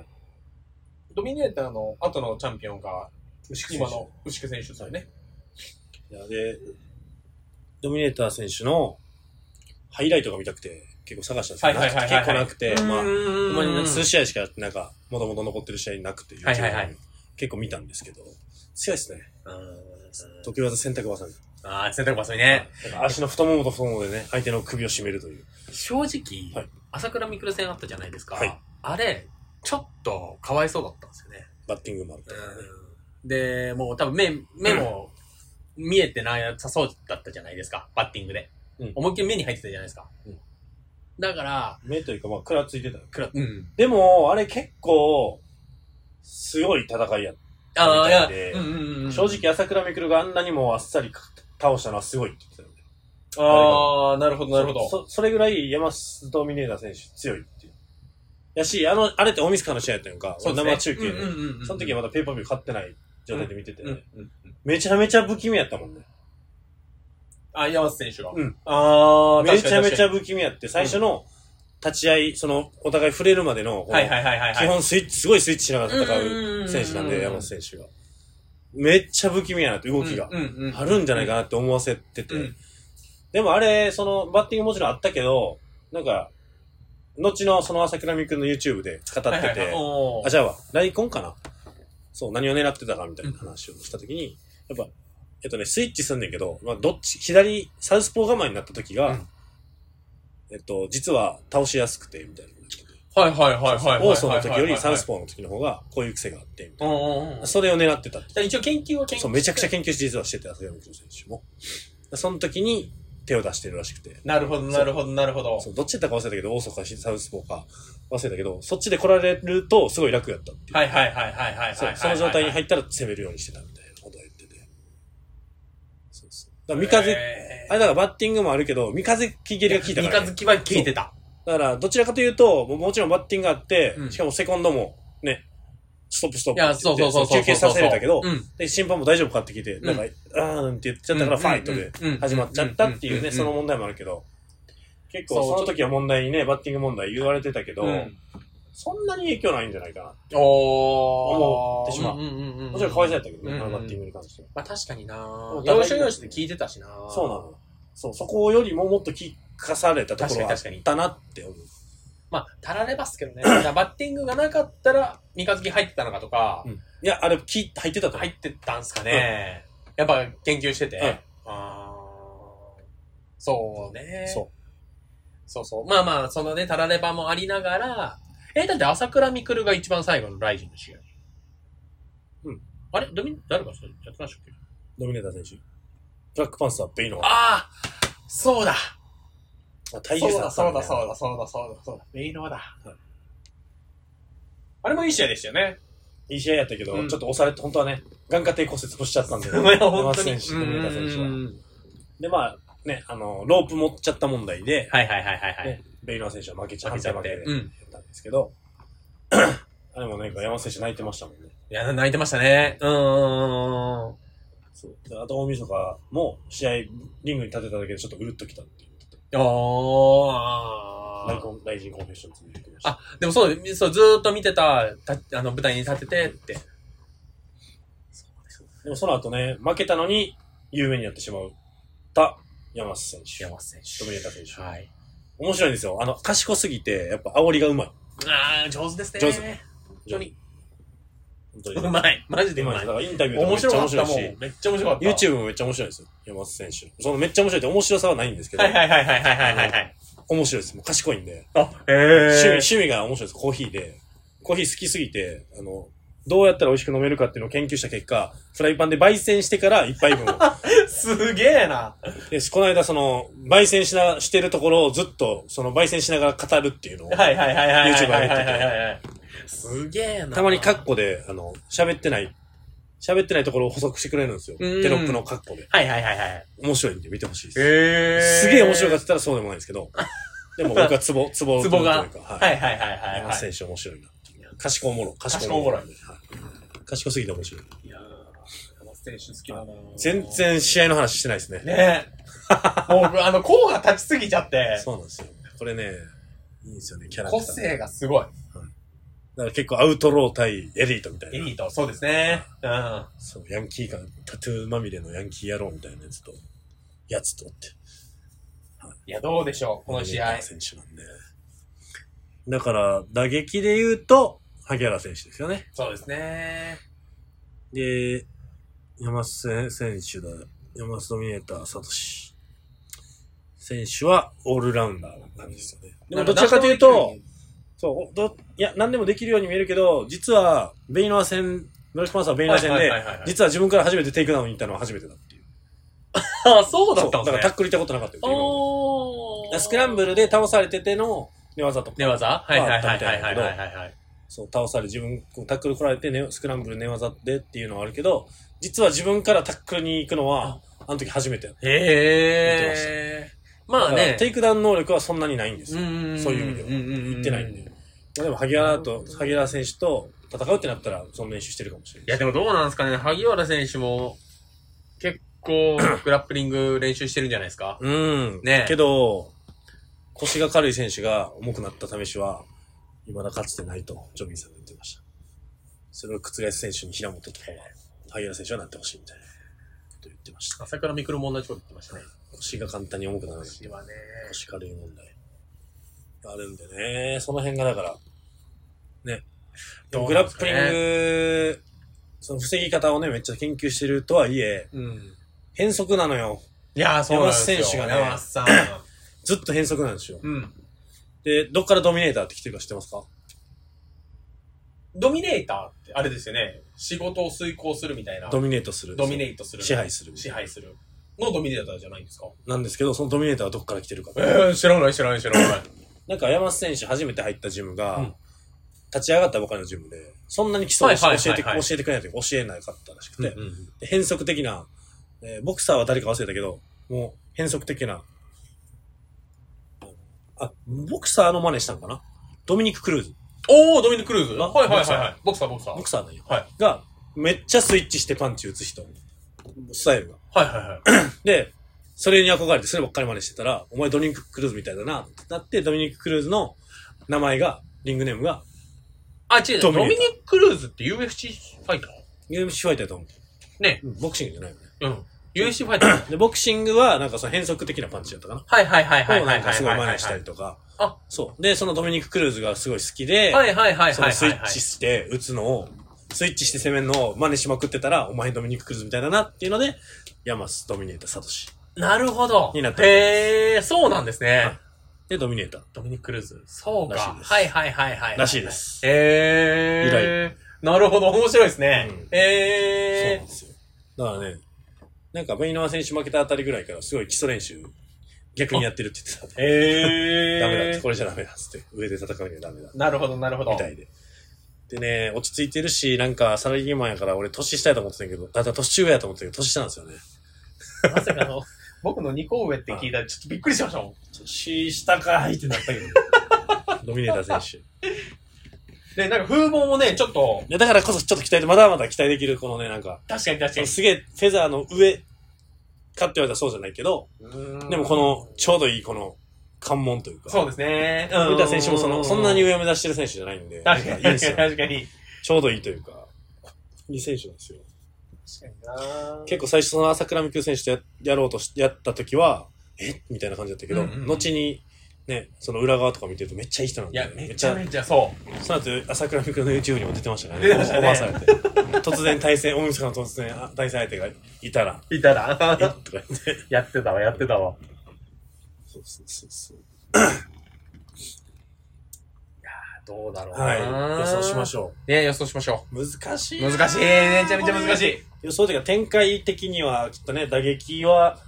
ドミネーターの後のチャンピオンが、牛久選今手の牛久選手ですよね。いやで、ドミネーター選手のハイライトが見たくて、結構探したんですけど、はいはいはいはいはい結構なくて、まあ、ほんまになんか数し試合しかなんか、もともと残ってる試合なくて、はいはいはい YouTube で結構見たんですけど、強いですね。時技選択技に。ああ、洗濯ばそいね。なんか足の太ももと太ももでね、相手の首を絞めるという。正直、はい朝倉未来戦あったじゃないですか。はいあれ、ちょっとかわいそうだったんですよね。バッティングもあるとかねうんで、もう多分目、目も見えてなさそうだったじゃないですか、バッティングで。うん思いっきり目に入ってたじゃないですか。うんだから、目というか、まあ、くらついてた。くら、うん。でも、あれ結構、強い戦いやっああ、いやみたいで、うんうんうん、正直、朝倉未来があんなにもあっさり倒したのはすごいって言ってたよね。ああ、なるほど、なるほど。そそれぐらい山須ドミネーター選手強いっていう。やし、あの、あれって大晦日の試合やったんか、そうですね生中継で、うんうんうんうんその時はまだペーパービュー勝ってない状態で見てて、うんうんめちゃめちゃ不気味やったもんね。あ、山瀬選手が。うんああ、めちゃめち確かにゃ確か不気味やって、最初の立ち合い、その、お互い触れるまでの、こにのはいはいはいはいはい。基本スイッチ、すごいスイッチしながら戦んうんうんううん選手なんで、山須選手が。めっちゃ不気味やなって、動きがう。んうんうんあるんじゃないかなって思わせてて。うんでもあれ、その、バッティングもちろんあったけど、なんか、後のその朝倉未くんの YouTube で語ってて、はいはいはいおーあ、じゃあ、大根かなそう、何を狙ってたかみたいな話をしたときに、やっぱ、えっとね、スイッチすんねんけど、まあ、どっち、左、サウスポー構えになった時が、うんえっと、実は倒しやすくて、みたいな。はいはいはいはいはいはいはいはい。オーソンの時よりサウスポポーの時の方が、こういう癖があって、みたいうんうんうん。な。それを狙ってたって。ら一応研究は研究そう、めちゃくちゃ研研究して実はしてて、朝倉未来選手も。その時に手を出してるらしくて。究。なるほど、なるほど、なるほど。そうどっちだったか忘れたけど、オーソンかサウスポーか忘れたけど、そっちで来られるとすごい楽やったっていう。はいはいはいはいはいはいはい。そう、その状態に入ったら攻めるようにしてたみたいなことを言ってて。そうそう。だから三風、えあれだからバッティングもあるけど、三風気蹴ーりが効いた三から、日ね。月は聞いてた。だから、どちらかというと、もうもちろんバッティングがあって、うんしかもセコンドも、ね、ストップストッいプってや、言ってそうそうそうそうそう。休憩させれたけど、うん。で、審判も大丈夫かって聞いて、んなんか、あーんって言っちゃったからファイトでうんうんうん始まっちゃったっていううんうんうね、んその問題もあるけど、結構そうその時は問題にね、バッティング問題言われてたけど、そんなに影響ないんじゃないかおー。思ってしまうんんんんな。もちろん可愛さやったけどね、うんうんあのバッティングに関しては。まあ確かになもう要所要所で聞いてたしなそうなの。そう、そこよりももっと聞かされたところはあ確かにったなって思う。まあ、たられますけどね。だからバッティングがなかったら、三日月入ってたのかとかう、んいや、あれ、聞い入ってたと思入う。ってたんすかね。やっぱ研究してて。うんあーそうね。そそうそう。まあまあ、そのね、タラレバもありながら、え、だって朝倉未来が一番最後のライジンの試合。うん。あれドミ誰がそれやってましたっけう。ドミネーター選手。ブラックパンサー、ベイノア。ああそうだあ、体そう重差あだ、ったそんうだ、そうだ。だ、そうだ、そうだ、そうだ。メイノーだ。あれもいい試合でしたよね。いい試合やったけど、うんちょっと押されて、本当はね、眼下底骨折もしちゃったんで、ね。いや本当山に田選手、ドミネーター選手うは。んで、まあ、ね、あの、ロープ持っちゃった問題で、はいはいはいはいはい。ねベイノア選手は負けちゃ負っけちゃたっ負けて。でうやん。ったんですけど、 あれもね、山田選手泣いてましたもんね。いや、泣いてましたね。うんうんうんうん。そう。であと大晦日も試合、リングに立てただけでちょっとうるっときたっていう。おー。大根、大臣コンフェッションズに言ってました。あ、でもそう、そう、ずーっと見てた、たあの、舞台に立ててって。でもその後ね、負けたのに有名になってしまった山瀬選手。山瀬ド選ミネーター選手。はい。面白いんですよ。あの、賢すぎて、やっぱ煽りがうまい。あー、上手ですね。上手本当に。本当に。うまい。マジでううまいでます。だい。からインタビューとかめ面っちゃ白か面っ白いたもんし、。めっちゃ面白かった。 YouTube もめっちゃ面白いんですよ。山瀬選手。そのめっちゃ面白いって面白さはないんですけど、はいはいはいはいはいはいはい。面白いです。もう賢いんで。あ、趣味、ええ。趣味が面白いです。コーヒーで。コーヒー好きすぎて、あの、どうやったら美味しく飲めるかっていうのを研究した結果、フライパンで焙煎してから一 杯分を。すげえな。で、この間その、焙煎しな、してるところをずっと、その焙煎しながら語るっていうのを、はいはいはいはいはい。 YouTube はい上げはていてはいはい。すげえな。たまにカッコで、あの、喋ってない、喋ってないところを補足してくれるんですよ。うんテロップのカッコで。はいはいはいはい。面白いんで見てほしいです。えすげえ面白かったらそうでもないですけど、でも僕はツボ、ツボツボがというか、ははい。いはいはいはい山は瀬い。選手面白いなっていう。賢おもろ。賢賢おもろいはい賢すぎて面白い。いやー山瀬選手好きな全。然試合の話してないですね。ねえ。もう、あの、候補が立ちすぎちゃって、そうなんですよ。これね、いいんですよね、キャラクタ個ー。だ性がすごい。から結構アウトロー対エリートみたいエな。リート、そうですね。うん。そう、ヤンキー感、タトゥーまみれのヤンキー野郎みたいなやつと、やつとって。いや、どうでしょう、この試合。選手なんで。だから、打撃で言うと、萩原選手ですよね。そうですね。で、山瀬選手だ。山瀬ドミネーター、サトシ。選手は、オールラウンダーな感じですよね。でも、どちらかというと、、そう、ど、いや、何でもできるように見えるけど、実は、ベイノア戦、ブラックパンサーベイノア戦はいではいはいはい、実は自分から初めてテイクダウンに行ったのは初めてだっていう。あ、そうだったんだからでタすッね。クル行ったことなかったよ。おスクランブルで倒されてての寝技とか。寝技はいはいはいはいはいはいはいはい。そう、倒され、自分、こうタックル来られて、ね、スクランブル寝技でっていうのはあるけど、実は自分からタックルに行くのは、あの時初めてやった。見てましへえ。まあだかねら。テイクダウン能力はそんなにないんですよ。そういう意味ではは言ってないんで。まあでも、萩原と、萩原選手と戦うってなったら、その練習してるかもしれないい。や、でもどうなんですかね。萩原選手も、結 構、グラップリング練習してるんじゃないですか。うん。ねけど、腰が軽い選手が重くなった試しは、未だかつてないと、ジョビンさんが言ってました。それを覆す選手に平本とかは、萩原選手はなってほしいみたいなことを言ってました。朝倉未来も同じこと言ってましたね。腰が簡単に重くならない。私はね。腰軽い問題。あるんでね、その辺がだから、ね。でもどうグなんラですッかプねリング、その防ぎ方をね、めっちゃ研究してるとはいえ、うん。変則なのよ。いやー、そうなんですよ。山瀬選手がね山瀬さん。 ずっと変則なんですよ。うん。で、どっからドミネーターって来てるか知ってますかドミネーターって、あれですよね。仕事を遂行するみたいな。ドミネートする。ドミネートする。支配する。支配する。のドミネーターじゃないんですかなんですけど、そのドミネーターはどっから来てるか。えー、知らない知らない知らない。なんか山瀬選手初めて入ったジムが、うん立ち上がったばかりのジムで、そんなに基礎をはいはいはい教えて、はい教えてくれないというか教えなかったらしくて、うんうんで変則的な、えーボクサーは誰か忘れたけど、もう変則的な、あ、ボクサーの真似したんかなドミニク・クルーズ。おー、ドミニク・クルーズ。あはいはいボクはいサーはい。ボクサー、ボクサー。はボいクサーなんよ。はいが、めっちゃスイッチしてパンチ打つ人。スタイルが。はいはい。で、それに憧れて、そればっかり真似してたら、お前ドミニク・クルーズみたいだな、ってなって、ドミニク・クルーズの名前が、リングネームが、あ、違う、ドドミネーターミニク・クルーズって UFC ファイターゲームシファイターだと思う。ね。うんボクシングじゃないよね。うん。UFC ファイ ター。で、ボクシングは、なんかその変則的なパンチだったかな。はいはいはいはいをはないんかはいすごい真似したはりい。とか。あそう。で、そのドミニク・クルーズがすごい好きで、はいはいはいはいはいはい。そのスイッチして打つのを、スイッチして攻めるのを真似しまくってたら、お前ドミニク・クルーズみたいだなっていうので、ヤマス、ドミネーター、サトシ。なるほど。になってますへえ、そうなんですはねい。で、ドミネーター。ドミニク・クルーズ。そうらしいか。ですはいはいはいはいはい。らしいですへえ。なるほど。面白いですねうん。そうなへんえで。すよ。だからね、なんかベイノワ選手負けたあたりぐらいから、すごい基礎練習、逆にやってるって言ってた。へ え。ダメだって、これじゃダメだっつって、上で戦うにはダメだ。なるほどなるほど。みたいで。でね、落ち着いてるし、なんかサラリーマンやから俺年下やと思ってたんやけど、だって年上やと思ってたけど、年下なんですよね。まさかの、僕の2個上って聞いたらちょっとびっくりしましたもん。年下かいってなったけど。ドミネーター選手。で、なんか風貌もね、ちょっと、いやだからこそちょっと期待で、まだまだ期待できる、このね、なんか、確かに確かに。すげえフェザーの上かって言われたらそうじゃないけど、でもこの、ちょうどいいこの、関門というか。そうですね。富田選手もその、そんなに上。上を目指してる選手じゃないんで、確かなんにいいんで確すかによ確かに。ちょうどいいというか、いい選手なんですよ。確かに結構最初その朝倉未来選手とややろうとしやった時は、えみたいな感じだったけど、うんうんうん後に、ね、その裏側とか見てるとめっちゃいい人なんいで、や、めちゃめめちゃそその後朝倉未来の YouTube にも出てましたからね。出てましたねオファーされて。突然対戦、大晦日の突然あ対戦相手がいたら、う。いたえとら か、言って。やってたわ、やってたわ。そうそうそうそう。どうだろうな。はい。予想しましょょう。ね、予想しましょ。う。難しいうな。難しい。めちゃめちゃ難しい。予想というか展開的には、きっとね、打撃は、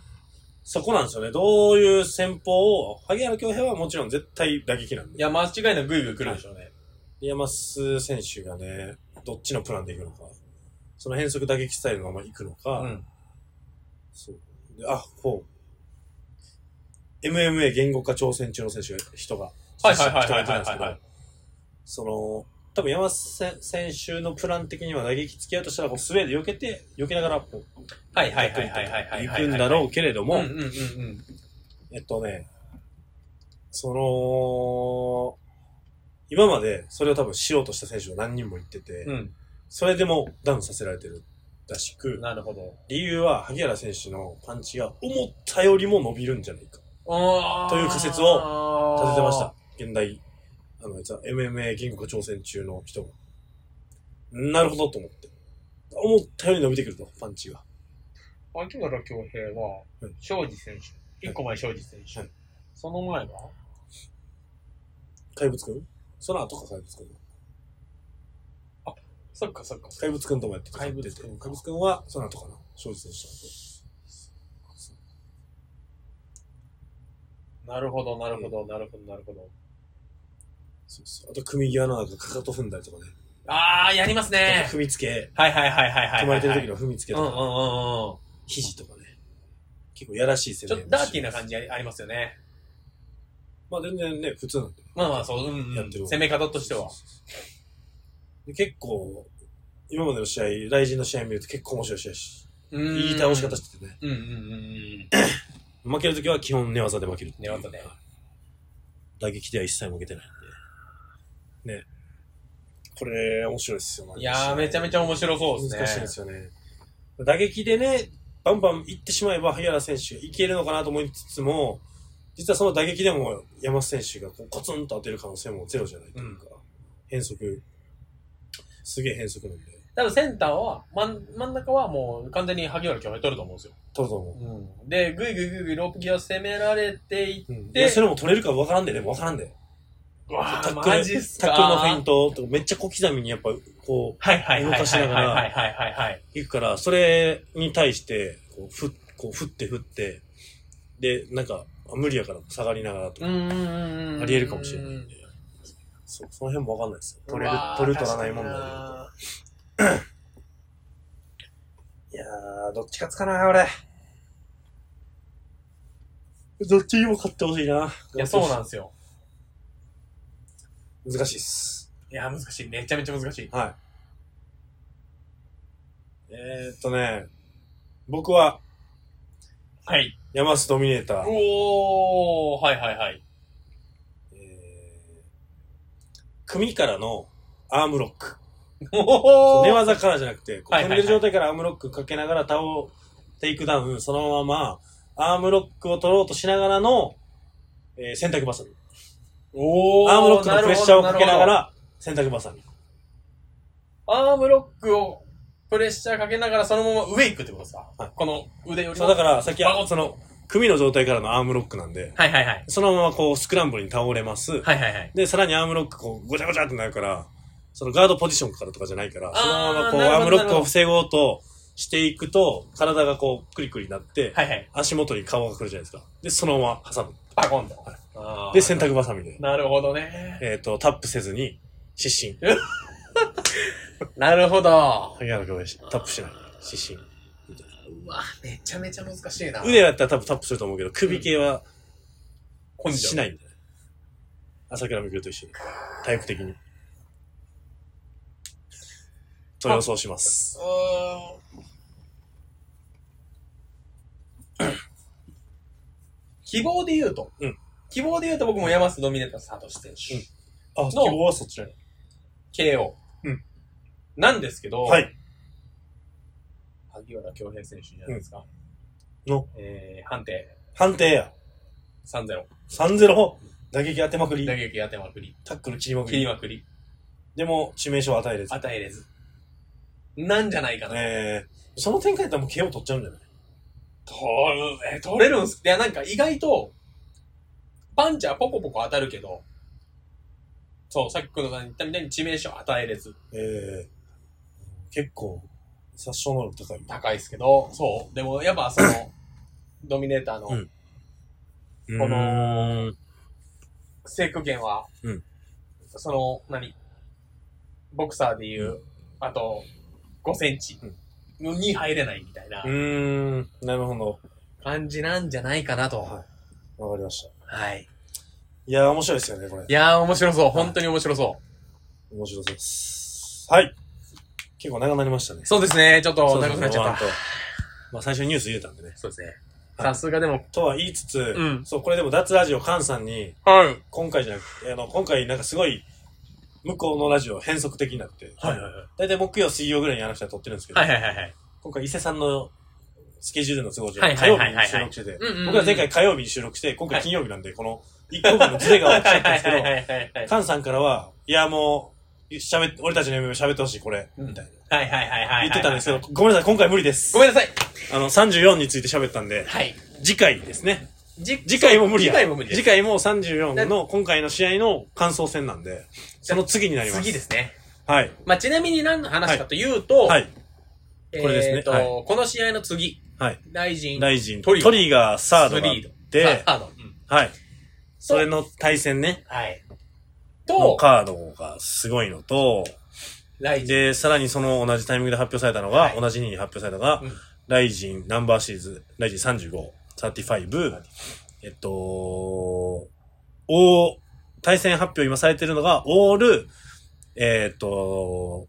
そこなんですよね。どういう戦法を、萩原京平はもちろん絶対打撃なんでい。や、間違いなくグイグイ来るでしょうね。山須選手がね、どっちのプランで行くのか。その変則打撃スタイルのまま行くのか。うんそう。であ、こう。MMA 言語化挑戦中の選手が、人が。はいはいはい人はがいてはいるんですけどはい。その、多分山須選手のプラン的には打撃付き合うとしたら、こうスウェーで避けて、避けながら、こう、はいはいはいはいはいはい。行くんだろうけれどうも、んうんうんうん。えっとね、その、今までそれを多分しようとした選手が何人も言ってて、うそれでもダウンさせられてるらしくん。、なるほど。理由は萩原選手のパンチが思ったよりも伸びるんじゃないか。という仮説を立ててました。。現代、あの、実は MMA 言語挑戦中の人が。なるほどと思って。思ったより伸びてくると、パンチが。秋原恭平はうん、庄司選手。一個前庄司選は手い。その前が怪物くんその後か怪物くん。そっかそっかそっか。怪物くんともやってた怪物くんか怪物くんはその後かな。正直選手と。なるほど、なるほど、なるほど、なるほど。そうそう。あと、組み際のなんかかかと踏んだりとかね。あー、やりますあねと。踏みつけ、はいはいはいはいはい。踏まれてる時の。の踏みつけうんとうんか、うんうん。肘とかね。結構やらしい攻ちょっめとダーティーな感じありありますよね。まあ全然ね、普通なんで。まあまあ、そう、うん、うやん。ってる攻め方としては。で結構、今までの試合、雷神の試合見ると結構面白い試合し、うんいい倒し方しててね。うんうんうんうん。負けるときは基本寝技で負けるっていう寝技で。打撃では一切負けてないんで。ね。これ、面白いですよ、毎日いやー、めちゃめちゃ面白そうですね。難しいんですよね。打撃でね、バンバン行ってしまえば、萩原選手がいけるのかなと思いつつも、実はその打撃でも山下選手がこうコツンと当てる可能性もゼロじゃないというか、変則、すげえ変則なんで、多分センターは、真ん真ん中はもう完全に萩原京平取ると思うんですよ。取ると思で、ぐいぐいぐいぐいロープ際攻められていっう。うん、でで、それも取れるか分からんで、でも分からんで。うわターックルマジっすかタックルのフェイントとかめっちゃ小刻みにやっぱこはいはいはい動はいかしながらはいはいはいはい。う、いくから、それに対して、こう、ふ、こう、振って振って、で、なんか、あ無理やから下がりながらとうか、ーん。あり得るかもしれないんで、そ、その辺も分かんないですよ。取れるうわ、ー取る取らない問題で確言うと。かにないやー、どっち勝つかな、俺。どっちにも勝ってほしいな。いや、そうなんですよ。難しいっす。いや、難しい。めちゃめちゃ難しい。はい。えー、っとね、僕は、はい。山スドミネーター。おー、はいはいはい。えー組からのアームロック。おー寝技からじゃなくて、こうはい組んではいはいる状態からアームロックかけながら倒、テイクダウン、そのまま、アームロックを取ろうとしながらの、えー、洗濯バサミ。おーアームロックのプレッシャーをかけなが。るら、洗濯バサミ。ほどるほどアームロックをプレッシャーかけながらそのまま上行くってことさはい。この腕よりそも。うだから、さっきバコッ、とその、組の状態からのアームロックなんで、はいはいはい。そのままこう、スクランブルに倒れます。はいはいはい。で、さらにアームロック、こう、ごちゃごちゃってなるから、そのガードポジションからとかじゃないから、あーそのままこう、なるほどアームロッなるクほをど防ごうとしていくと、体がこう、クリクリになって、はいはい。足元に顔が来るじゃないですか。で、そのまま挟む。パコンとはい。あーで、洗濯バサミで、なるほどね。えっ、と、タップせずに、失神。なるほど。萩原恭平、タップしない。失神。うわ、めちゃめちゃ難しいな。腕だったら多分タップすると思うけど、首系は根性しないんだよね。朝倉未来と一緒に。体育的に。と予想します。希望で言うと、うん希望で言うと僕も山瀬ドミネーターサトシ選手、うんあ、希望はそちら KO、うんなんですけど、はい。萩原京平選手じゃないですか。うんのえー、判定判定や。 3-0。 3-0。打撃当てまくり打。撃当てまくり、タックル切りまく切りり。まくり、でも、致命傷は与えれず。与えれず。なんじゃないかな。えー、その展開やったらもう KO 取っちゃうんじゃない取る、え、取れるんすいや、なんか意外と、パンチはポコポコ当たるけど、そう、さっき黒田さん言ったみたいに致命傷与えれず、えー、結構、殺傷能力高い。高いですけど、そう。でも、やっぱその、ドミネーターのうんこの制空権は、うんその、何ボクサーでいう、うあと、5センチに入れないみたいなうーん、なるほど。感じなんじゃないかなと。はわかりました。はい。いやー、面白いですよね、これい。やー、面白そう。本当に面白そう。面白そうです。はい。結構長くなりましたね。そうですね。ちょっとそう長くなっちゃっそうた。そうまあ最初にニュース入れたんでね。そうですね。はいさすがでも、とは言いつつ、ん。そう、これでも脱ラジオ菅さんに、はい。今回じゃなくて、あの、今回なんかすごい、向こうのラジオ変則的になって、はいはいはい。だいたい木曜、水曜ぐらいにあの人は撮ってるんですけど、はいはいはいはい。今回伊勢さんのスケジュールの都合上、はいは火い曜は日いはいに収録してて、うんうんうん僕は前回火曜日に収録して、今回金曜日なんで、この1個分のズレが起きちゃったんですけど、はいはいはいはい。カンさんからは、いや、もう、喋っ俺たちの夢を喋ってほしい、これ、うんみたいな。はいはいはいはい。言ってたんですけど、ごめんなさい、今回無理ですご。めんなさい。あの、34について喋ったんで、はい。次回ですね。じ次回も無理や。次回も無理です次回も34の、今回の試合の感想戦なんで、その次になります。次ですね。はい。まあ、ちなみに何の話かというと、はい。えーとこれですねはいこの試合の次、はい。大臣、大臣、トトリリガーガー、サードがあリードっ。て、サード。うんはい。それの対戦ね、はい。のと、カードがすごいのと、大臣。で、さらにその同じタイミングで発表されたのが、はい同じ日に発表されたのが、うんライジンナンバーシリーズ、ライジン35、35、えっと、お対戦発表今されてるのが、オール、えっと、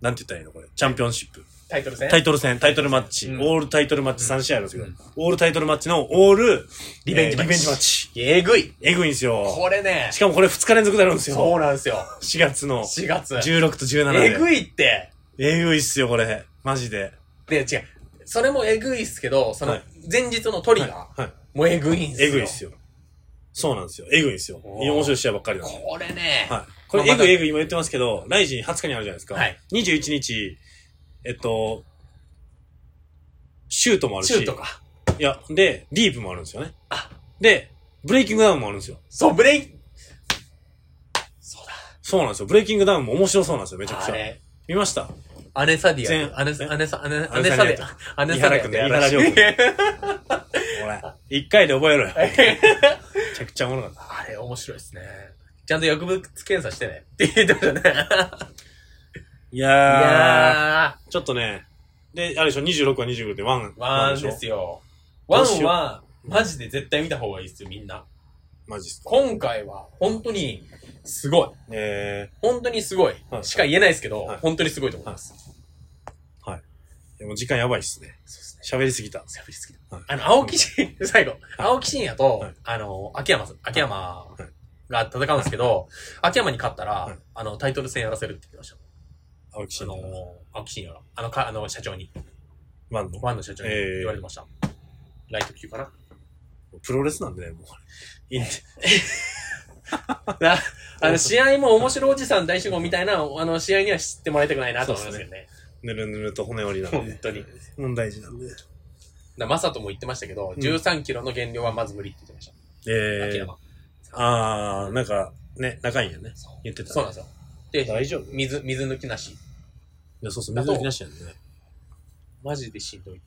なんて言ったらいいのこれ、チャンピオンシップ。タイトル戦。タイトル戦、タイトルマッチ、うんオールタイトルマッチ3試合あるんですけど、うんオールタイトルマッチのオール、リベンジえーマッチリベンジマッチ。えぐい。えぐいんですよ。これねし、かもこれ2日連続であるんですそよ。うなんですよ。 4月の4月。 16と17で。えぐいって、えぐいっすよ、これ。マジで。で、違う。それもえぐいっすけど、そのはい、前日のトリガーはい。もうえぐいんすよ。えぐいっすよ。そうなんですよ。エグいんですよ。おー面白い試合ばっかりなんで。これね、はい。これ、まあエまだグエグ今言ってますけど、ライジン20日にあるじゃないですか。はい。 21日、えっと、シュートもあるし。シュートか。いや、で、ディープもあるんですよね。あで、ブレイキングダウンもあるんですよ。そう、ブレイそうだ。そうなんですよ。ブレイキングダウンも面白そうなんですよ、めちゃくちあゃ。れ、見ましたアネサディ全ア。アネサ、ねアネサ、アネアアネネササデディィア。アネ伊サ原ディア君っねてやらしい。伊原俺、一回で覚えろよ。めちゃくちゃおもろかった。 あれ、面白いですね。ちゃんと薬物検査してね。って言ってましたね。いいやー、やちょっとね、で、あれでしょ、26は25でワン。ー、ワでンしょですよ。どワうしンようは、マジで絶対見た方がいいですよ、みんな。マジっすか。今回は、本当に、すごい。え本当にすごいは。いしか言えないですけどはい、本当にすごいと思います。ー、でも時間やばいっすね。そうですね。喋りすぎた。喋りすぎはいた。あの、青木真、 最後、青木真也とはい、あの、秋山さん、秋山いが戦うんですけど、秋山に勝ったはらい、あの、タイトル戦やらせるって言ってました。青木真あの也。、青木真也が、あの、か、あの、社長に、ワンの。ワンの社長にえー言われてました。ライト級かなプロレスなんでね、もう。いいねな、あの、試合も面白おじさん大集合みたいな、あの、試合には知ってもらいたくないなと思いますよね。ぬるぬると骨折りなん本で。当に。問題児なんで。な、マサトも言ってましたけど、うん13キロの減量はまず無理って言ってましえた。秋ー、山。あー、なんか、ね、仲いいんやね。そう言ってた。そうなんですよ。で、大丈夫い水、水抜きなし。や、そうそう、水抜きなしやんね。マジでしんどい。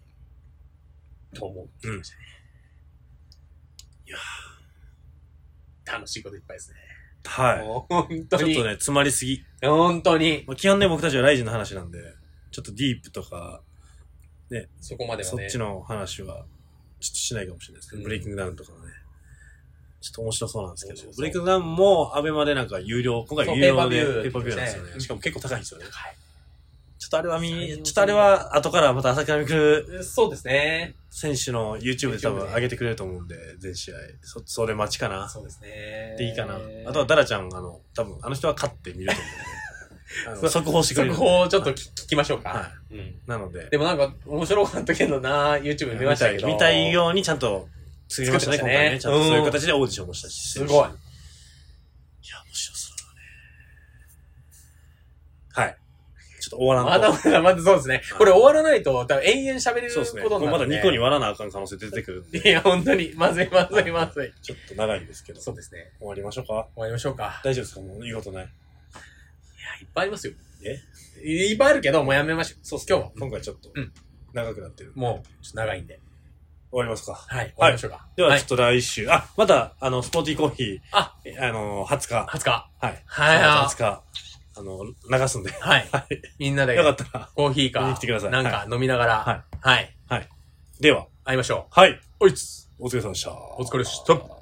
と思うって言ってましたね。いやー楽しいこといっぱいですね。はい。もう本当ちょっに。とね、詰まりすぎ。本当に。まあ、基本ね、僕たちはライジンの話なんで、ちょっとディープとか、そこまではそねっ。ちの話は、ちょっとしないかもしれないですけど、うんブレイキングダウンとかはね。ちょっと面白そうなんですけ面ど白、そうブレイキングダウンも、アベマでなんか有料、今そ回う有料で、ペペーーパパーービュビューーなんですよね。うんしかも結構高いんですよね。はちょっとあれは見、最悪ちょっとあれは、後からまた朝倉未来いそうですね。選手の YouTube で多分 YouTube で上げてくれると思うんで、全試合。そ、それ待ちかな。そうですね。でいいかな。あとは、ダラちゃん、あの、多分、あの人は勝って見ると 思うんで、あのそう速報してくれ速る。報をちょっと聞き聞きましょうか。はうん。なのでで、もなんか、面白かったけどな YouTube 見ましたけど。見たい見たい。ようにちゃんと作りましたね、今作りましたね回ね。ちゃんとそういううん形でオーディションもしたし。すごい。いや、面白そうだね。はい。ちょっと終わらんと。まだまだ、まだそうですね。これ終わらないと、多分延々喋れるそうですね。ことこにれまなるだんで。 2個に割らなあかん可能性出てくるんで、いや、本当に、まずいまずいまずい。ちょっと長いんですけど、そ終うですね。わりましょうか。終わりましょうか。大丈夫ですかもう言うことない。いや、いっぱいありますよ。えいっぱいあるけど、もうやめましょう。そう、今日は。今回ちょっとうん、長くなってる。終もう、ちょっと長いんで。わりますか。はい、終わりましょうか。では、ちょっと来週、あ、また、あの、スポーティーコーヒー、あえあの、20日、 20日。はい。はい、 20日、あの、流すんで、よはい。みんなで、かったら、コーヒ見ーにか来てください、なんか飲みながら、はい。では、会いましょはい、う。おいつ。お疲れ様でした。お疲れ様でした。